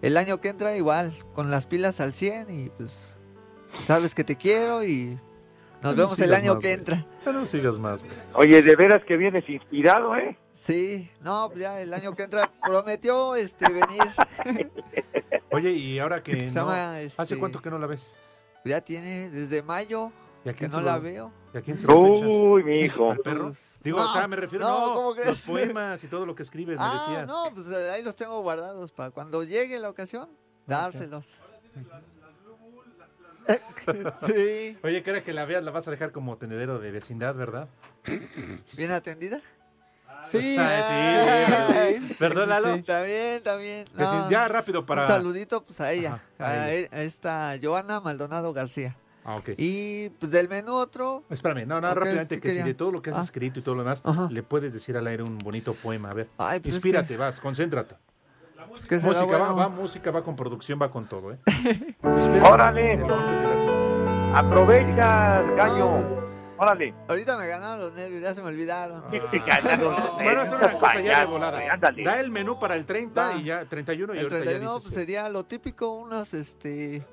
S13: el año que entra, igual, con las pilas al 100. Y pues, sabes que te quiero. Y nos
S2: No
S13: vemos el
S2: sigas
S13: año
S2: más,
S13: que
S2: güey.
S13: entra.
S2: Ya no sigas más. güey.
S5: Oye, de veras que vienes inspirado, ¿eh?
S13: Sí, no, pues, ya el año que entra prometió este venir.
S2: Oye, y ahora que
S13: Se
S2: no,
S13: llama, este,
S2: ¿Hace cuánto que no la ves?
S13: Ya tiene desde mayo
S2: ¿Y a
S13: que
S2: quién
S13: no
S2: se
S13: la
S2: lo-
S13: veo.
S2: ¿Y a quién se los echas?
S5: Uy, mi hijo.
S2: ¿Al perro?
S13: Pues,
S2: Digo,
S13: no,
S2: o sea, me refiero
S13: no,
S2: no,
S13: ¿cómo
S2: los
S13: crees?
S2: poemas y todo lo que escribes, me
S13: Ah,
S2: decías.
S13: no, pues eh, ahí los tengo guardados para cuando llegue la ocasión,
S2: [laughs]
S13: dárselos. sí.
S2: Oye, que ahora que la veas la vas a dejar como tenedero de vecindad, ¿verdad?
S13: ¿Bien atendida?
S2: [laughs] Sí,
S13: Ay,
S2: sí, ¿verdad, Lalo?
S13: Está bien, está bien.
S2: Que sí, ya rápido para-
S13: Un saludito pues a ella,
S2: Ah. Ajá, a
S13: a, e- a esta Joana Maldonado García.
S2: Ah, ok.
S13: Y pues del menú otro.
S2: Espérame, no, no,
S13: Ok,
S2: rápidamente,
S13: ¿qué
S2: que si
S13: quería?
S2: de todo lo que has
S13: Ah.
S2: escrito y todo lo demás, le puedes decir al aire un bonito poema. A ver,
S13: Ay, pues es
S2: inspírate,
S13: que-
S2: vas, concéntrate.
S13: Pues, ¿qué
S2: música,
S13: será
S2: va,
S13: bueno?
S2: va música, va con producción, va
S13: [laughs]
S2: con todo, ¿eh?
S5: Órale. Aprovecha, gallo.
S13: pues.
S5: Órale.
S13: Ahorita me ganaron los nervios, ya se me olvidaron.
S2: Ah, Bueno, hacer una cosa ya de
S13: Payaso,
S2: volada.
S13: ándale.
S2: Da el menú para el 30
S13: Va.
S2: y ya, 31 y
S13: El
S2: ahorita ya
S13: 31
S2: dices,
S13: pues, sería lo típico, unos este.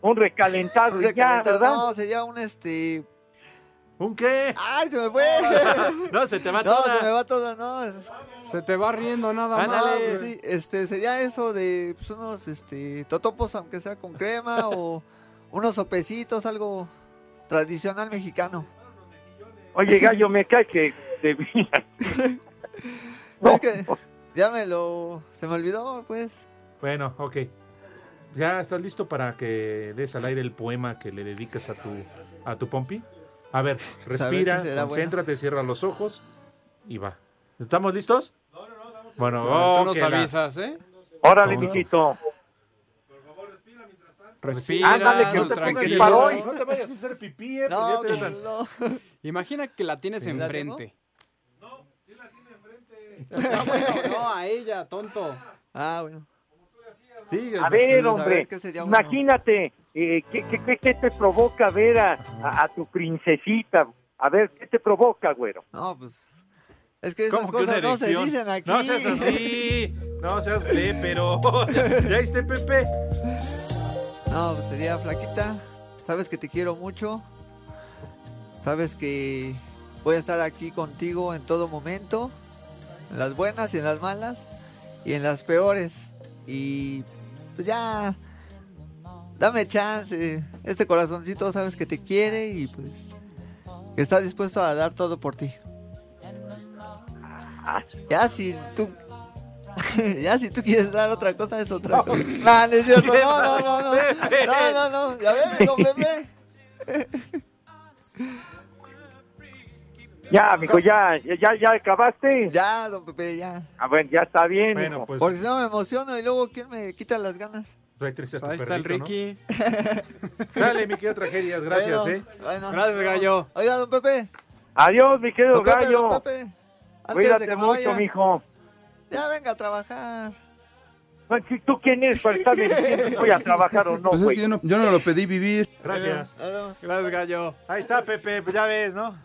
S5: Un recalentado,
S13: un
S5: y ya,
S13: recalentado,
S5: ¿verdad?
S13: No, sería un este.
S2: ¿Un qué?
S13: ¡Ay, se me fue!
S2: [laughs] no, se te va
S13: no,
S18: toda.
S13: se me va toda, no. Se te va riendo nada
S18: más.
S13: pues, sí, este, sería eso de pues, unos este, totopos, aunque sea con
S2: [laughs]
S13: crema, o unos sopecitos, algo tradicional mexicano.
S5: Oye, gallo, me cae que te [laughs] vi.
S13: Es que ya me lo. Se me olvidó, pues.
S2: Bueno, ok. ¿Ya estás listo para que des al aire el poema que le dedicas a tu, a tu Pompi?
S13: [laughs]
S2: A ver, respira,
S13: será bueno.
S2: concéntrate, cierra los ojos y va. ¿Estamos listos? Bueno,
S10: Bueno, tú
S2: oh,
S10: nos
S2: que la-
S10: avisas, ¿eh?
S2: Órale,
S10: Tú-
S2: mijito.
S10: Respira,
S2: Ándale, que no te pongas
S10: tranquilo.
S2: de parón. No te vayas a hacer pipí, eh,
S10: No,
S2: pues ya te-
S10: que Imagina que la tienes
S2: ¿Sí? ¿La tengo?
S10: enfrente. No, sí la tiene enfrente. No, a ella, tonto.
S13: Ah, bueno.
S2: Sí,
S5: A ver, hombre, imagínate, eh, ¿qué, qué, qué- qué te provoca ver a, a- a tu princesita? A ver, ¿qué te provoca, güero?
S13: No, pues. Es que esas
S2: ¿Cómo que una
S13: cosas no se
S2: erección?
S13: dicen aquí.
S2: No seas así. No seas de, pero. [laughs] ¿Ya viste, Pepe?
S13: No, pues sería flaquita. Sabes que te quiero mucho. Sabes que voy a estar aquí contigo en todo momento. En las buenas y en las malas. Y en las peores. Y pues ya. Dame chance. Este corazoncito sabes que te quiere y pues. Que está dispuesto a dar todo por ti.
S19: Ah.
S13: Ya si tú. [laughs] ya si tú quieres dar otra cosa, es otra cosa. Nah, [laughs] no es cierto. No, no, no,
S2: [laughs]
S13: no. No, no, no. Ya ves, don Pepe.
S5: Ya, amigo, ya, ya, ya acabaste.
S13: Ya, don Pepe, ya.
S5: Ah, bueno, ya está bien.
S2: Bueno,
S5: hijo.
S2: pues-
S13: Porque si no me emociono y luego quién me quita las ganas.
S2: Ahí está
S13: Ahí está el
S2: Ricky. Dale, mi querido Tragedias, gracias,
S13: Bueno,
S2: ¿eh?
S13: bueno.
S2: Gracias, gallo.
S13: Oiga, don Pepe.
S5: Adiós, mi querido
S13: Don Pepe,
S5: gallo.
S13: don Pepe. Antes de que
S5: Cuídate
S13: me
S5: mucho,
S13: vaya,
S5: mijo.
S13: Ya venga a trabajar.
S5: No, si ¿Tú quién eres para estarme diciendo si voy a trabajar o no,
S20: Pues es
S5: güey?
S20: que yo no, yo no lo pedí vivir.
S2: Gracias.
S5: Gracias, gallo.
S2: Ahí está, Pepe, pues ya ves, ¿no?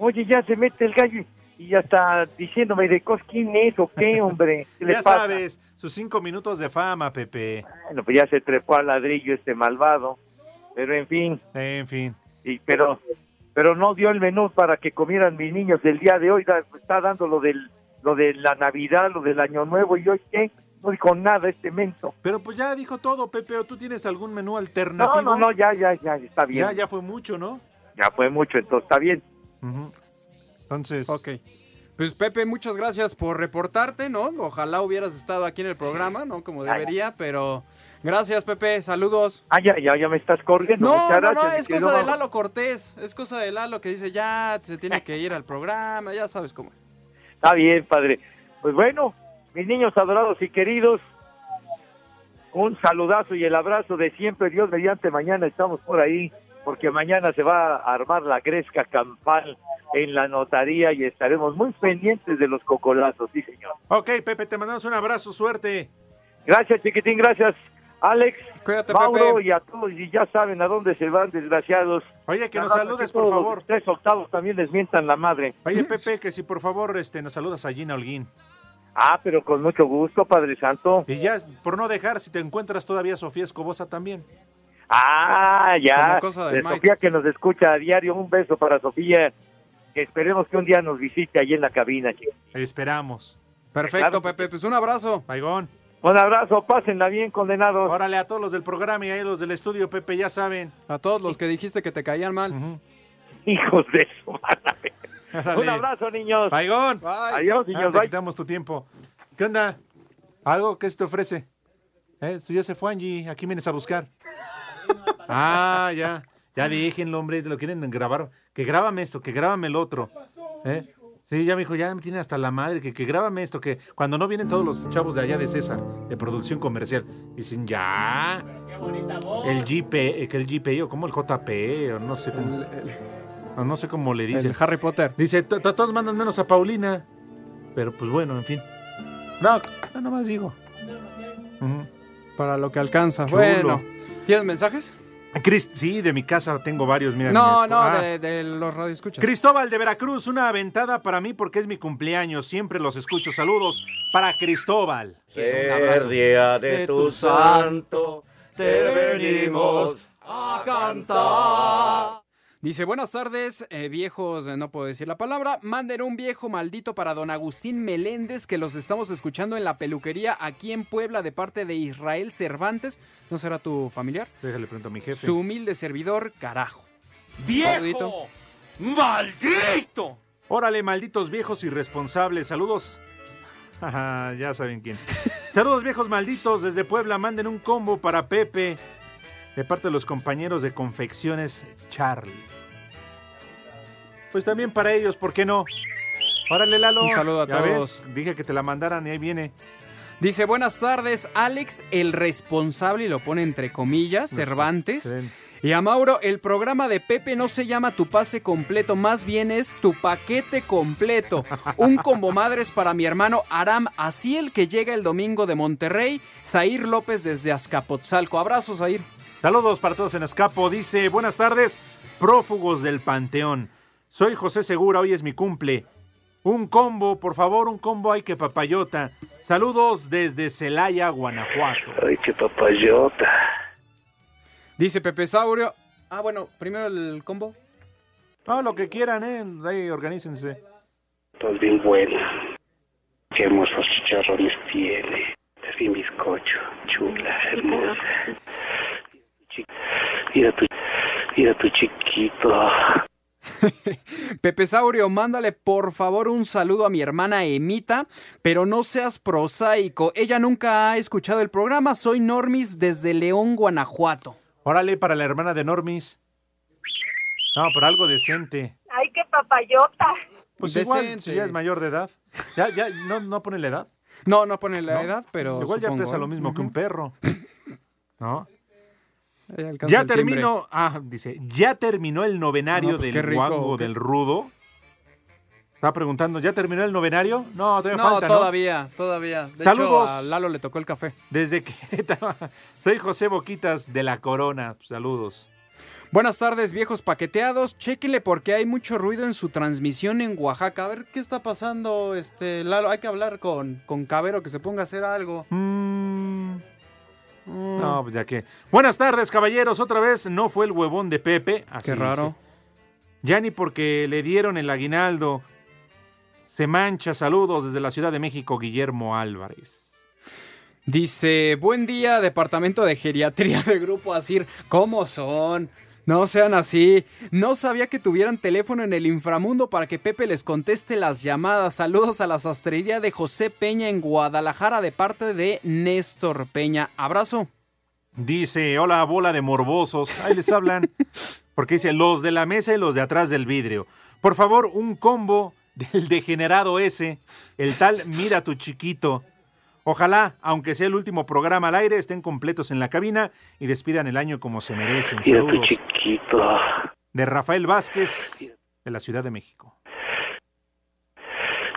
S5: Oye, ya se mete el gallo y- y ya está diciéndome de cosas. ¿Quién es o qué, hombre? ¿Qué le
S2: Ya
S5: pasa?
S2: sabes, sus cinco minutos de fama, Pepe.
S5: Bueno, pues ya se trepó al ladrillo este malvado. Pero en fin.
S2: En fin.
S5: Y, pero, pero no dio el menú para que comieran mis niños el día de hoy. Da- Está dando lo, del, lo de la Navidad, lo del Año Nuevo. ¿Y hoy qué? No dijo nada este mento.
S2: Pero pues ya dijo todo, Pepe. ¿O tú tienes algún menú alternativo?
S5: No, no, no, ya, ya, ya, está bien.
S2: Ya, ya fue mucho, ¿no?
S5: Ya fue mucho, entonces está bien.
S2: Entonces.
S7: Ok. Pues Pepe, muchas gracias por reportarte, ¿no? Ojalá hubieras estado aquí en el programa, ¿no? Como debería, pero gracias Pepe, saludos.
S5: Ah, ya, ya, ya me estás corriendo.
S7: No,
S5: muchas
S7: no, no,
S5: gracias, mi
S7: es
S5: querido
S7: cosa de
S5: Mauro.
S7: Lalo Cortés, es cosa de Lalo que dice ya se tiene que ir al programa, ya sabes cómo es.
S5: Está bien, padre. Pues bueno, mis niños adorados y queridos, un saludazo y el abrazo de siempre. Dios mediante, mañana estamos por ahí, porque mañana se va a armar la gresca campal en la notaría y estaremos muy pendientes de los cocolazos, sí, señor.
S2: Ok, Pepe, te mandamos un abrazo, suerte.
S5: Gracias, chiquitín, gracias, Alex,
S2: Cuídate,
S5: Mauro
S2: Pepe.
S5: y a todos. Y ya saben a dónde se van, desgraciados.
S2: Oye, que nos
S5: Ojalá
S2: saludes,
S5: que
S2: por
S5: todos los
S2: favor.
S5: Tres octavos también les mientan la madre.
S2: Oye, Pepe, que si por favor este, nos saludas a Gina Holguín.
S5: Ah, pero con mucho gusto, Padre Santo.
S2: Y ya, por no dejar, si te encuentras todavía a Sofía Escobosa también.
S5: Ah, ya.
S2: Como cosa de
S5: De
S2: Mike.
S5: Sofía que nos escucha a diario. Un beso para Sofía. Que esperemos que un día nos visite allí en la cabina. chicos.
S2: Esperamos.
S5: Perfecto,
S2: Pepe, pues un abrazo. Baigón.
S5: Un abrazo, pásenla bien, condenados.
S2: Órale, a todos los del programa y a los del estudio, Pepe, ya saben.
S7: A todos los que dijiste que te caían mal.
S5: Hijos de su
S2: [laughs] Órale.
S5: Un abrazo, niños.
S2: Baigón.
S5: Adiós, niños.
S2: Ah, te
S5: Bye.
S2: quitamos tu tiempo. ¿Qué onda? ¿Algo que se te ofrece? Eh, si ya se fue Angie, aquí vienes a buscar. ah, ya. Ya déjenlo, hombre, lo quieren grabar. Que grábame esto, que grábame el otro. ¿Eh? Sí, ya me dijo, ya me tiene hasta la madre, que, que grábame esto, que cuando no vienen todos los chavos de allá de César, de producción comercial, dicen, ya. El GP, eh, que el GP, o como el JP, o no sé cómo. o no sé cómo le dicen.
S7: El Harry Potter.
S2: Dice, "To- to- todos mandan menos a Paulina. Pero pues bueno, en fin. No, nada más digo.
S7: Para lo que alcanza.
S2: Chulo.
S7: Bueno, ¿tienes mensajes?
S2: Cris- sí, de mi casa tengo varios, mira.
S7: no,
S2: mi-
S7: no,
S2: Ah.
S7: de, de los radioescuchas.
S2: Cristóbal de Veracruz, una aventada para mí porque es mi cumpleaños. Siempre los escucho. Saludos para Cristóbal.
S21: Ser día de tu santo, te venimos
S7: a cantar. Dice, buenas tardes, eh, viejos, eh, no puedo decir la palabra. Manden un viejo maldito para don Agustín Meléndez, que los estamos escuchando en la peluquería aquí en Puebla de parte de Israel Cervantes. ¿No será tu familiar?
S2: Déjale pregunto a mi jefe.
S7: Su humilde servidor, carajo. Saludito.
S2: ¡Maldito! Órale, malditos viejos irresponsables. Saludos. Ajá, ya
S7: [laughs]
S2: saben quién. Saludos, viejos malditos. Desde Puebla, manden un combo para Pepe. De parte de los compañeros de confecciones Charlie. Pues también para ellos, ¿por qué no? Órale, Lalo.
S7: Un saludo a
S2: Ya
S7: todos.
S2: ves, Dije que te la mandaran y ahí viene.
S7: Dice, buenas tardes, Alex, el responsable, y lo pone entre comillas, Cervantes. Y a Mauro, el programa de Pepe no se llama tu pase completo, más bien es tu paquete completo. Un combo madres para mi hermano Aram Asiel, que llega el domingo de Monterrey. Zair López desde Azcapotzalco. Abrazos, Zair.
S2: Saludos para todos en Escapo. Dice, buenas tardes, prófugos del Panteón. Soy José Segura, hoy es mi cumple. Un combo, por favor, un combo hay que papayota. Saludos desde Celaya, Guanajuato.
S19: Ay, qué papayota.
S7: Dice Pepe Saurio. Ah, bueno, primero el combo.
S2: No, lo que quieran, eh. Ahí, organícense.
S19: Estás bien bueno. Qué hermosos chicharrones tiene. Es bien bizcocho. Chula, hermosa. Chi- Mira tu, mira tu chiquito.
S7: Pepe Saurio, mándale por favor un saludo a mi hermana Emita, pero no seas prosaico. Ella nunca ha escuchado el programa. Soy Normis desde León, Guanajuato.
S2: Órale, para la hermana de Normis. No, pero algo decente.
S20: Ay, qué papayota.
S2: Pues igual, si ya es mayor de edad. ¿Ya, ya, no, no pone la edad?
S7: No, no pone la edad, pero
S2: Igual
S7: supongo,
S2: ya pesa
S7: ¿eh?
S2: lo mismo que un perro. ¿No?
S7: alcanza
S2: Ya
S7: el timbre.
S2: terminó, ah, dice, ya terminó el novenario
S7: Ah, pues qué
S2: del
S7: rico,
S2: guango
S7: qué-
S2: del rudo. Está preguntando, ¿ya terminó el novenario? No, todavía
S7: No,
S2: falta, ¿no?
S7: todavía, todavía. De hecho,
S2: Saludos.
S7: a Lalo le tocó el café.
S2: Desde que [laughs] soy José Boquitas de la Corona. Saludos.
S7: Buenas tardes, viejos paqueteados. Chéquenle porque hay mucho ruido en su transmisión en Oaxaca. A ver qué está pasando, este Lalo. Hay que hablar con, con Cabero que se ponga a hacer algo. Mm.
S2: Mm. No, pues ya que. Buenas tardes, caballeros. Otra vez no fue el huevón de Pepe. Así
S7: Qué raro.
S2: dice. Ya ni porque le dieron el aguinaldo. Se mancha. Saludos desde la Ciudad de México, Guillermo Álvarez.
S7: Dice, buen día, departamento de geriatría de Grupo Asir. ¿Cómo son? No sean así. No sabía que tuvieran teléfono en el inframundo para que Pepe les conteste las llamadas. Saludos a la sastrería de José Peña en Guadalajara de parte de Néstor Peña. Abrazo.
S2: Dice, hola bola de morbosos. Ahí les [laughs] hablan. Porque dice, los de la mesa y los de atrás del vidrio. Por favor, un combo del degenerado ese. El tal Mira tu chiquito. Ojalá, aunque sea el último programa al aire, estén completos en la cabina y despidan el año como se merecen.
S19: Mira tu
S2: Saludos.
S19: chiquito.
S2: De Rafael Vázquez, de la Ciudad de México.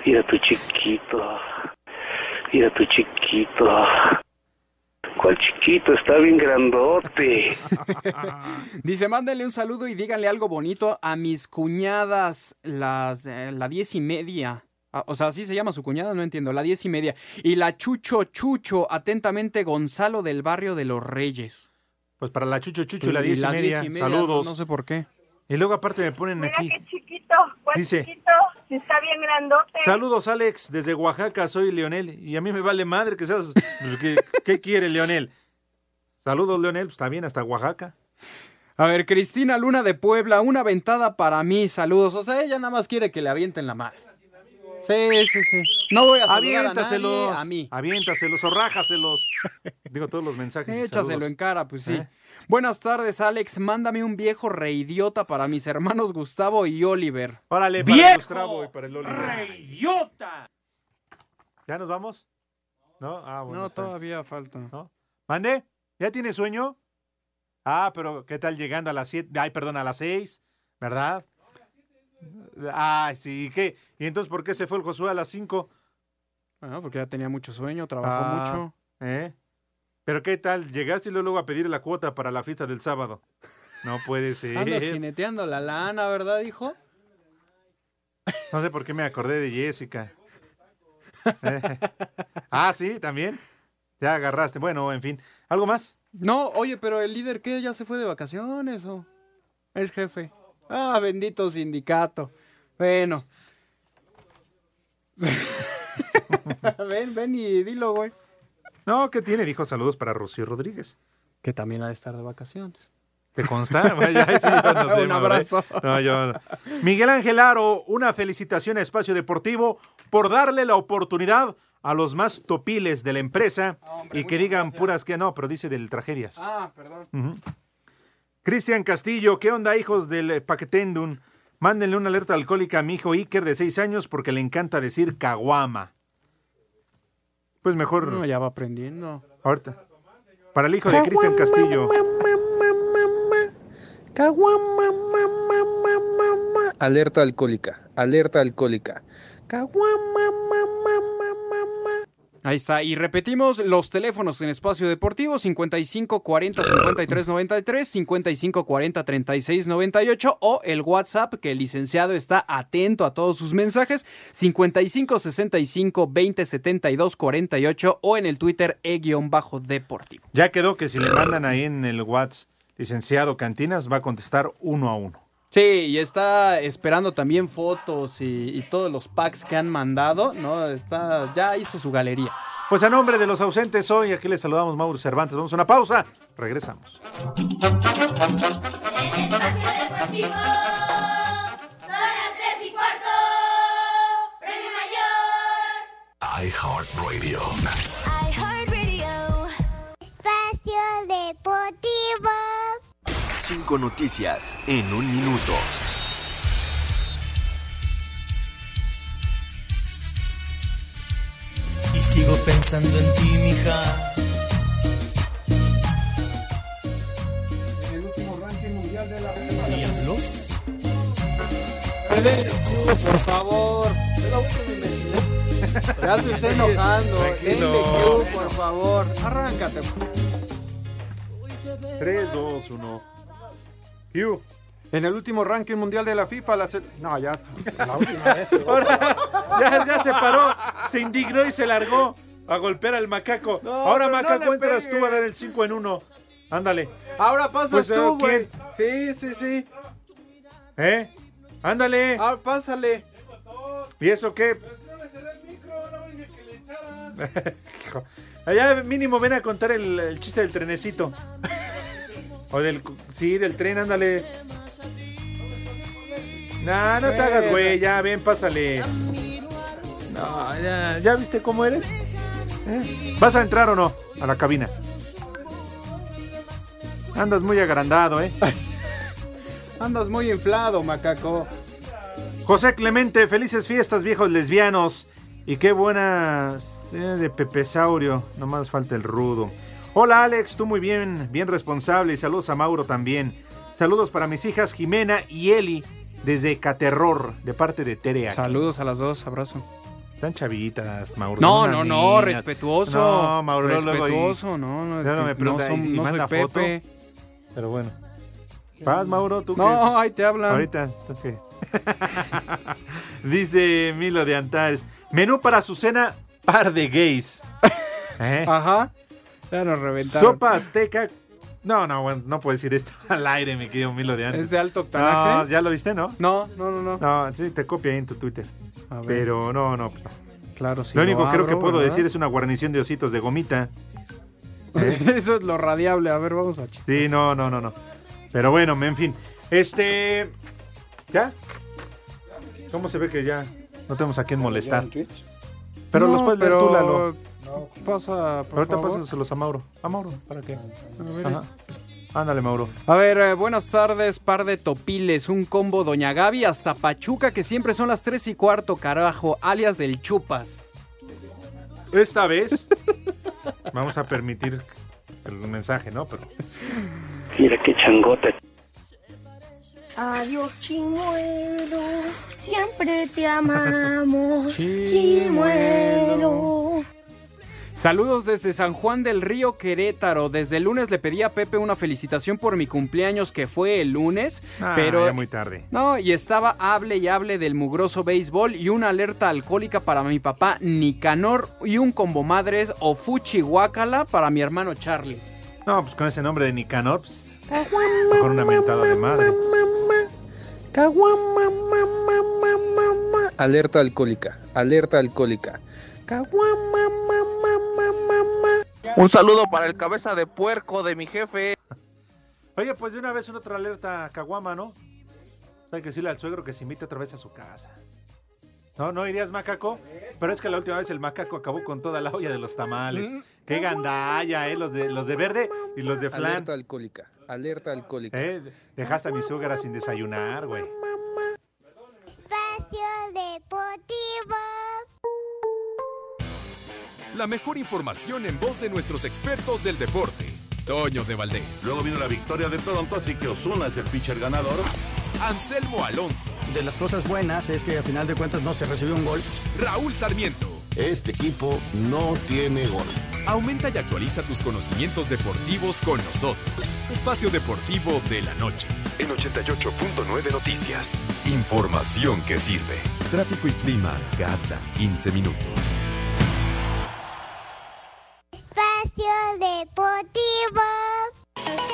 S19: Mira tu chiquito. Mira tu chiquito. ¿Cuál chiquito? Está bien grandote.
S7: Dice, mándenle un saludo y díganle algo bonito a mis cuñadas, las eh, la diez y media. Ah, O sea, así se llama su cuñada, no entiendo. La diez y media. Y la Chucho Chucho, atentamente Gonzalo del barrio de los Reyes.
S2: Pues para la Chucho Chucho y la diez y media, saludos.
S7: No, no sé por qué.
S2: Y luego aparte me ponen
S20: Mira
S2: aquí.
S20: qué chiquito. ¿Cuál
S2: Dice-
S20: chiquito? Si está bien grandote.
S2: Saludos Alex, desde Oaxaca soy Leonel y a mí me vale madre que seas... pues, ¿Qué, qué quiere Leonel? Saludos Leonel, pues está bien, hasta Oaxaca.
S7: A ver, Cristina Luna de Puebla, una ventada para mí, saludos. O sea, ella nada más quiere que le avienten la madre. Sí, sí, sí. No voy a saludar a nadie,
S2: Aviéntaselos,
S7: a mí.
S2: aviéntaselos
S7: [laughs]
S2: o rájaselos. Digo todos los mensajes. y
S7: Échaselo
S2: saludos.
S7: en cara, pues sí.
S2: ¿Eh?
S7: Buenas tardes, Alex. Mándame un viejo reidiota para mis hermanos Gustavo y Oliver.
S2: Órale, para el
S7: ¡Viejo!
S2: Gustavo y para el Oliver.
S7: ¡Reidiota!
S2: ¿Ya nos vamos? No, ah, bueno.
S7: No,
S2: está bien.
S7: todavía falta.
S2: ¿Mande? ¿Ya tiene sueño? Ah, pero ¿qué tal llegando a las 7? Ay, perdón, a las 6, ¿verdad? Ah, sí, ¿y ¿qué? ¿Y entonces por qué se fue el Josué a las 5?
S7: Bueno, Ah, porque ya tenía mucho sueño, trabajó mucho.
S2: ¿Eh? ¿Pero qué tal? Llegaste y luego luego a pedir la cuota para la fiesta del sábado. No
S7: [laughs]
S2: puede
S7: Andas
S2: ser.
S7: jineteando la lana, ¿verdad, hijo?
S2: No sé por qué me acordé de Jessica. [laughs] Eh. Ah, sí, también. Ya agarraste. Bueno, en fin. ¿Algo más?
S7: No, oye, pero el líder, ¿qué? ¿Ya se fue de vacaciones o...? El jefe. Ah, bendito sindicato. Bueno. [laughs] ven, ven y dilo, güey.
S2: No, ¿qué tiene? Dijo saludos para Rocío Rodríguez.
S7: Que también ha de estar de vacaciones.
S2: ¿Te consta? [laughs] Bueno, ya, sí,
S7: [laughs]
S2: yo no sé,
S7: Un
S2: mamá.
S7: abrazo.
S2: No, yo no. Miguel Ángel Aro, una felicitación a Espacio Deportivo por darle la oportunidad a los más topiles de la empresa y que digan puras que no, pero dice del tragedias.
S7: Ah, perdón.
S2: Ujú. Cristian Castillo, ¿qué onda, hijos del eh, Paquetendum? Mándenle una alerta alcohólica a mi hijo Iker de seis años porque le encanta decir caguama. Pues mejor
S7: No, ya va aprendiendo.
S2: ahorita. Para el hijo de Cristian Castillo.
S4: Alerta alcohólica, alerta alcohólica.
S7: Ahí está. Y repetimos los teléfonos en Espacio Deportivo: 55 40 53 93, 55 40 36 98 o el WhatsApp que el licenciado está atento a todos sus mensajes: 55 65 20 72 48 o en el Twitter e e-deportivo.
S2: Ya quedó que si le mandan ahí en el WhatsApp, licenciado Cantinas, va a contestar uno a uno.
S7: Sí, y está esperando también fotos y, y todos los packs que han mandado, ¿no? Está, ya hizo su galería.
S2: Pues a nombre de los ausentes hoy, aquí les saludamos Mauro Cervantes. Vamos a una pausa, regresamos.
S14: Deportivo. Son las tres y cuarto. Premio mayor.
S22: iHeartRadio.
S14: iHeartRadio. Espacio Deportivo.
S22: Cinco noticias en un minuto.
S1: Y sigo pensando en ti, mija.
S23: El último ranking mundial de la
S1: ¿Diablos?
S10: Por favor. Ya se está enojando. Denle cue, por favor. Arráncate.
S2: 3, 2, 1.
S24: En el último ranking mundial de la FIFA, la se- No, ya. La última vez.
S2: [laughs] Ahora, ya, ya se paró, se indignó y se largó a golpear al macaco.
S24: pero
S2: Ahora,
S24: no
S2: macaco,
S24: le
S2: entras tú a
S24: pegues.
S2: ver el 5 en 1. Ándale.
S24: Ahora pasas
S2: Pues,
S24: tú, güey.
S2: ¿quién?
S24: Sí, sí, sí.
S2: ¿Eh? Ándale.
S24: Ahora pásale.
S2: ¿Y eso qué? [laughs] Hijo. Allá mínimo ven a contar el, el chiste del trenecito. O del... Sí, del tren, ándale. Nah, no te hagas, güey. Ya, ven, pásale. No, ya, ¿ya viste cómo eres? ¿Eh? ¿Vas a entrar o no a la cabina? Andas muy agrandado, ¿eh?
S10: Andas muy inflado, macaco.
S2: José Clemente, felices fiestas, viejos lesbianos. Y qué buenas eh, de Pepesaurio. Nomás falta el rudo. Hola, Alex, tú muy bien, bien responsable. Y saludos a Mauro también. Saludos para mis hijas Jimena y Eli desde Caterror, de parte de Terea.
S7: Saludos a las dos, abrazo.
S2: Están chavitas, Mauro.
S7: No,
S2: son
S7: no,
S2: unas
S7: no,
S2: niñas.
S7: respetuoso.
S2: No, Mauro, luego ahí-
S7: respetuoso, no, no,
S2: Luego me pregunta
S7: no,
S2: y-
S7: son-
S2: y
S7: no soy
S2: manda foto.
S7: Pepe.
S2: Pero bueno. Paz, Mauro, tú
S7: No,
S2: qué?
S7: ahí te hablan.
S2: Ahorita, tú qué. [laughs] Dice Milo de Antares. Menú para su cena, par de gays.
S7: Eh.
S2: Ah,
S10: Ajá. Ya nos reventaron.
S2: Sopa azteca. No, no, bueno, no puedo decir esto al aire, mi querido Milo de Antares.
S10: Es de alto octanaje.
S2: No, ¿Ya lo viste, no?
S10: No, no, no, no.
S2: No, sí, te copia ahí en tu Twitter.
S10: ver.
S2: Pero no, no.
S10: Claro, sí.
S2: lo único creo que puedo decir
S10: es
S2: es una guarnición de ositos de
S10: [laughs]
S2: gomita.
S7: [laughs]
S10: Eso es lo radiable. A ver, vamos a checar.
S2: Sí, no, no, no, no. Pero bueno, en fin. Este. ¿Ya? ¿Cómo se ve que ya no tenemos a quién molestar? Pero los puedes ver tú, Lalo.
S10: Pasa, por
S2: Ahorita
S10: favor.
S2: pásaselos a Mauro. A Mauro, ¿para qué?
S10: ver. eh.
S2: Ajá. Ándale, Mauro.
S7: A ver, eh, buenas tardes, par de topiles, un combo Doña Gaby hasta Pachuca, que siempre son las 3 y cuarto, carajo, alias del Chupas.
S2: Esta
S10: [laughs]
S2: vez vamos a permitir el mensaje, ¿no? Pero...
S19: Mira qué changote.
S25: Adiós, chimuelo. Siempre te amamos, chimuelo.
S7: Saludos desde San Juan del Río, Querétaro. Desde el lunes le pedí a Pepe una felicitación por mi cumpleaños, que fue el lunes,
S2: Ah,
S7: pero...
S2: ya muy tarde.
S7: No, y estaba hable y hable del mugroso béisbol y una alerta alcohólica para mi papá Nicanor y un combo madres o fuchi guacala para mi hermano Charlie.
S2: No, pues con ese nombre de Nicanor, pues, mejor una mentada de madre.
S24: Caguama,
S4: Alerta alcohólica, alerta alcohólica.
S24: caguama,
S4: Un saludo para el cabeza de puerco de mi jefe.
S2: Oye, pues de una vez una otra alerta a Caguama, ¿no? Hay que decirle al suegro que se invite otra vez a su casa. No, no irías macaco, pero es que la última vez el macaco acabó con toda la olla de los tamales.
S7: Mm.
S2: Qué gandalla, ¿eh? Los de, los de verde y los de flan.
S4: Alerta alcohólica, alerta alcohólica.
S2: ¿Eh? Dejaste a mi suegra sin desayunar, güey.
S14: Espacio Deportivo.
S6: La mejor información en voz de nuestros expertos del deporte. Toño de Valdés. Luego vino la victoria de Toronto, así que Osuna es el pitcher ganador. Anselmo Alonso.
S26: De las cosas buenas es que a final de cuentas no se recibió un gol.
S6: Raúl Sarmiento.
S9: Este equipo no tiene gol.
S6: Aumenta y actualiza tus conocimientos deportivos con nosotros. Espacio Deportivo de la Noche.
S9: En 88.9 Noticias.
S6: Información que sirve. Tráfico y clima cada 15 minutos.
S14: Espacio Deportivo.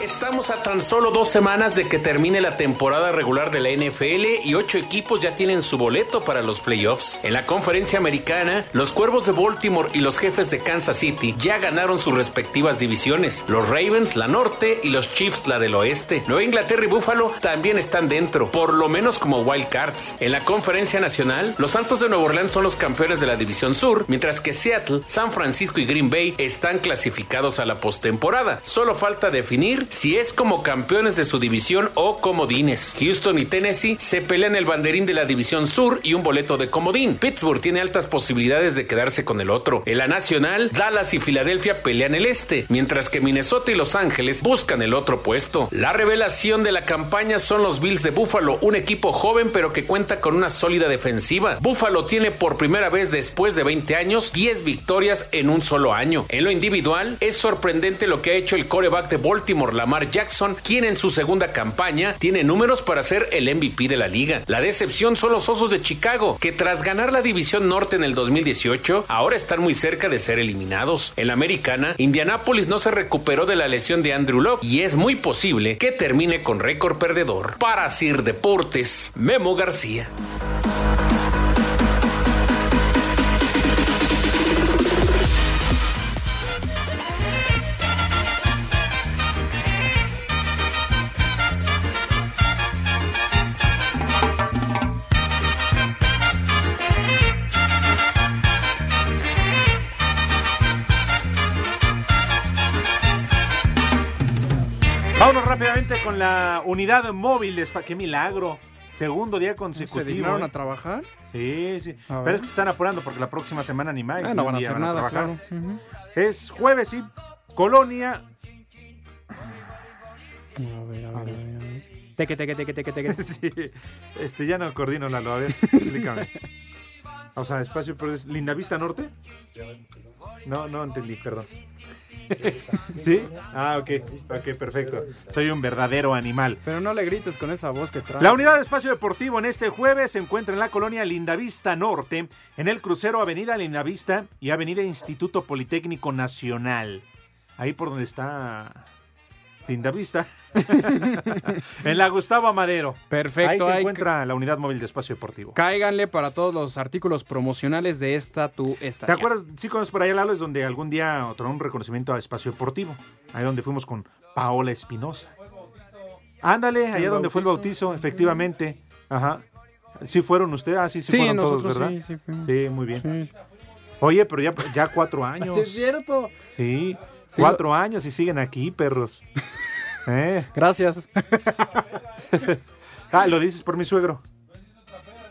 S27: Estamos a tan solo dos semanas de que termine la temporada regular de la NFL y ocho equipos ya tienen su boleto para los playoffs. En la conferencia americana, los Cuervos de Baltimore y los jefes de Kansas City ya ganaron sus respectivas divisiones. Los Ravens, la norte, y los Chiefs, la del oeste. Nueva Inglaterra y Buffalo también están dentro, por lo menos como wild cards. En la conferencia nacional, los Santos de Nueva Orleans son los campeones de la división sur, mientras que Seattle, San Francisco y Green Bay están clasificados a la postemporada. Solo falta definir si es como campeones de su división o comodines. Houston y Tennessee se pelean el banderín de la división sur y un boleto de comodín. Pittsburgh tiene altas posibilidades de quedarse con el otro. En la nacional, Dallas y Filadelfia pelean el este, mientras que Minnesota y Los Ángeles buscan el otro puesto. La revelación de la campaña son los Bills de Buffalo, un equipo joven pero que cuenta con una sólida defensiva. Buffalo tiene por primera vez después de 20 años 10 victorias en un solo año. En lo individual, es sorprendente lo que ha hecho el coreback de Baltimore, la Lamar Jackson, quien en su segunda campaña tiene números para ser el MVP de la liga. La decepción son los Osos de Chicago, que tras ganar la División Norte en el 2018, ahora están muy cerca de ser eliminados. En la americana, Indianápolis no se recuperó de la lesión de Andrew Locke y es muy posible que termine con récord perdedor. Para Sir Deportes, Memo García.
S2: Vámonos rápidamente con la unidad móvil de Spa. ¡Qué milagro! Segundo día consecutivo.
S7: ¿Se dignaron
S2: ¿eh?
S7: a trabajar?
S2: Sí, sí.
S7: A ver.
S2: Pero es que se están apurando porque la próxima semana ni más.
S7: Ah,
S2: Pues ni
S7: no
S2: un
S7: van a
S2: día
S7: hacer nada,
S2: trabajar.
S7: claro. Ujú.
S2: Es jueves y Colonia.
S7: A ver, a ver, a ver, a ver. Teque, teque, teque, teque, teque.
S2: [laughs]
S7: [laughs]
S2: Sí, este, ya no coordino, Lalo. A ver, explícame. O sea, espacio, pero es Lindavista Norte. No, no entendí, perdón. [laughs] ¿Sí? Ah, ok. Ok, perfecto. Soy un verdadero animal.
S7: Pero no le grites con esa voz que trae.
S2: La unidad de espacio deportivo en este jueves se encuentra en la colonia Lindavista Norte, en el crucero Avenida Lindavista y Avenida Instituto Politécnico Nacional. Ahí por donde está
S7: [laughs]
S2: Lindavista. en la Gustavo Madero.
S7: Perfecto,
S2: Ahí se
S7: hay que-
S2: encuentra la unidad móvil de espacio deportivo.
S7: Cáiganle para todos los artículos promocionales de esta tu estación.
S2: ¿Te acuerdas? Sí, conoces por allá, Lalo, es donde algún día otorgó un reconocimiento a Espacio Deportivo. Ahí donde fuimos con Paola Espinosa. Ándale, allá
S7: El
S2: donde fue el bautizo, efectivamente. Ajá. Sí fueron ustedes, ah, sí, sí,
S7: Sí,
S2: fueron todos,
S7: nosotros
S2: ¿verdad?
S7: sí, sí fuimos.
S2: muy bien. Oye, pero ya, ya
S7: [laughs]
S2: cuatro años.
S7: Sí, es cierto.
S2: Sí, cuatro años y siguen aquí, perros. ¿Eh?
S7: Gracias. [laughs]
S2: ah, lo dices por mi suegro.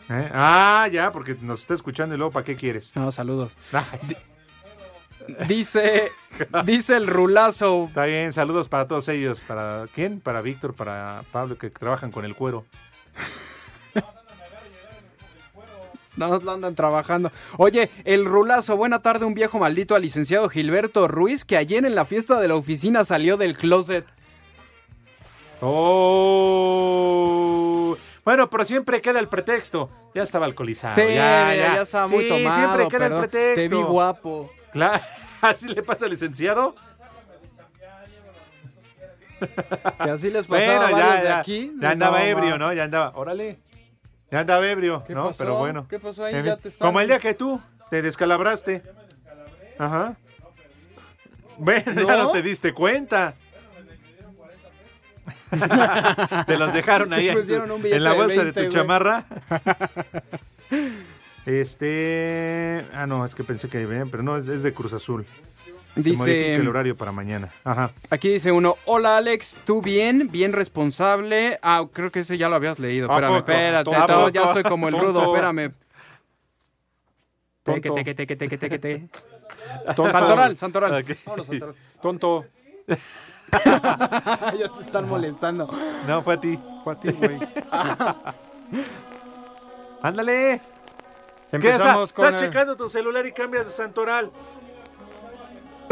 S2: ¿Eh? Ah, ya, porque nos está escuchando y luego, ¿para
S7: [laughs]
S2: qué quieres?
S7: No, saludos.
S2: sí.
S7: Dice, dice el rulazo.
S2: Está bien, saludos para todos ellos. ¿Para quién? Para Víctor, para Pablo, que trabajan con el cuero.
S7: Nada más lo andan trabajando. Oye, el rulazo, buena tarde, un viejo maldito al licenciado Gilberto Ruiz, que ayer en la fiesta de la oficina salió del closet.
S2: Ah, ¡Oh! Bueno, pero siempre queda el pretexto. Ya estaba alcoholizado.
S7: Sí,
S2: ya, ya.
S7: estaba
S2: Sí,
S7: muy tomado.
S2: siempre queda
S7: perdón.
S2: el pretexto.
S7: Te vi guapo.
S2: Claro, [laughs] así le pasa al licenciado.
S7: Que así les pasaba a varios de aquí.
S2: Ya andaba
S7: Estaba
S2: ebrio,
S7: mal.
S2: ¿no? Ya andaba, órale. Ya andaba ebrio,
S7: ¿Qué
S2: ¿no?
S7: pasó?
S2: Pero bueno.
S7: ¿Qué pasó ahí?
S2: En
S7: Ya
S2: fin,
S7: te estaban-
S2: Como el día que tú te descalabraste. Ajá. Bueno, ya
S7: ¿No?
S2: no te diste cuenta. [laughs] te los dejaron ahí
S7: Te
S2: en, tu-
S7: pusieron un billete
S2: en la
S7: de
S2: bolsa de,
S7: 20,
S2: tu
S7: güey.
S2: chamarra. [laughs] este. Ah, no, es que pensé que bien, pero no, es, es de Cruz Azul. Se
S7: Dice-
S2: modifica el horario para mañana. Ajá.
S7: Aquí dice uno, hola Alex, tú bien, bien responsable. Ah, creo que ese ya lo habías leído.
S2: ¿A
S7: Espérame,
S2: poco?
S7: espérate,
S2: ¿A
S7: todo- ya
S2: poco?
S7: estoy como el
S2: Tonto.
S7: rudo, espérame. Teque,
S2: Tonto.
S7: teque, teque, teque, teque, teque.
S2: Tonto.
S7: Santoral, Santoral.
S2: Ok.
S7: Vámonos, Santoral.
S2: Tonto.
S7: [laughs] ya te están molestando.
S24: [laughs]
S2: No, fue a ti. Fue a ti, güey. Ándale.
S24: Empezamos
S2: ¿Qué?
S24: con
S2: Estás
S24: el-
S2: checando tu celular y cambias de santoral.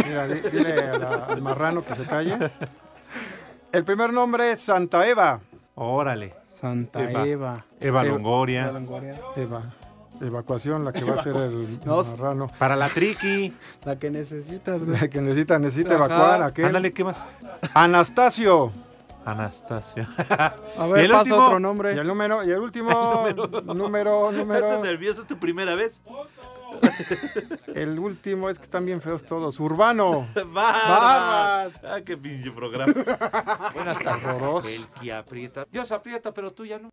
S24: Mira, di- dile a la- al marrano que se calle. El primer nombre es Santa Eva.
S2: Órale.
S7: Santa
S24: Eva.
S7: Eva.
S2: Eva Longoria.
S7: Eva Longoria.
S24: Eva. Evacuación, la que va a ser el
S7: [laughs] No,
S24: marrano.
S2: Para la triqui.
S7: La que necesitas, güey.
S24: La que necesita, necesita
S7: Ajá.
S24: evacuar. Aquel.
S2: Ándale, ¿qué más?
S24: Anastasio.
S2: Anastasio.
S7: A ver, pasa otro nombre.
S24: Y el número, y el último número, número.
S3: ¿Estás nervioso tu primera vez?
S24: El último es que están bien feos todos. Urbano.
S3: ¡Barbas! ¡Ah, qué pinche programa!
S24: Buenas tardes.
S3: El que aprieta. Dios aprieta, pero tú ya no.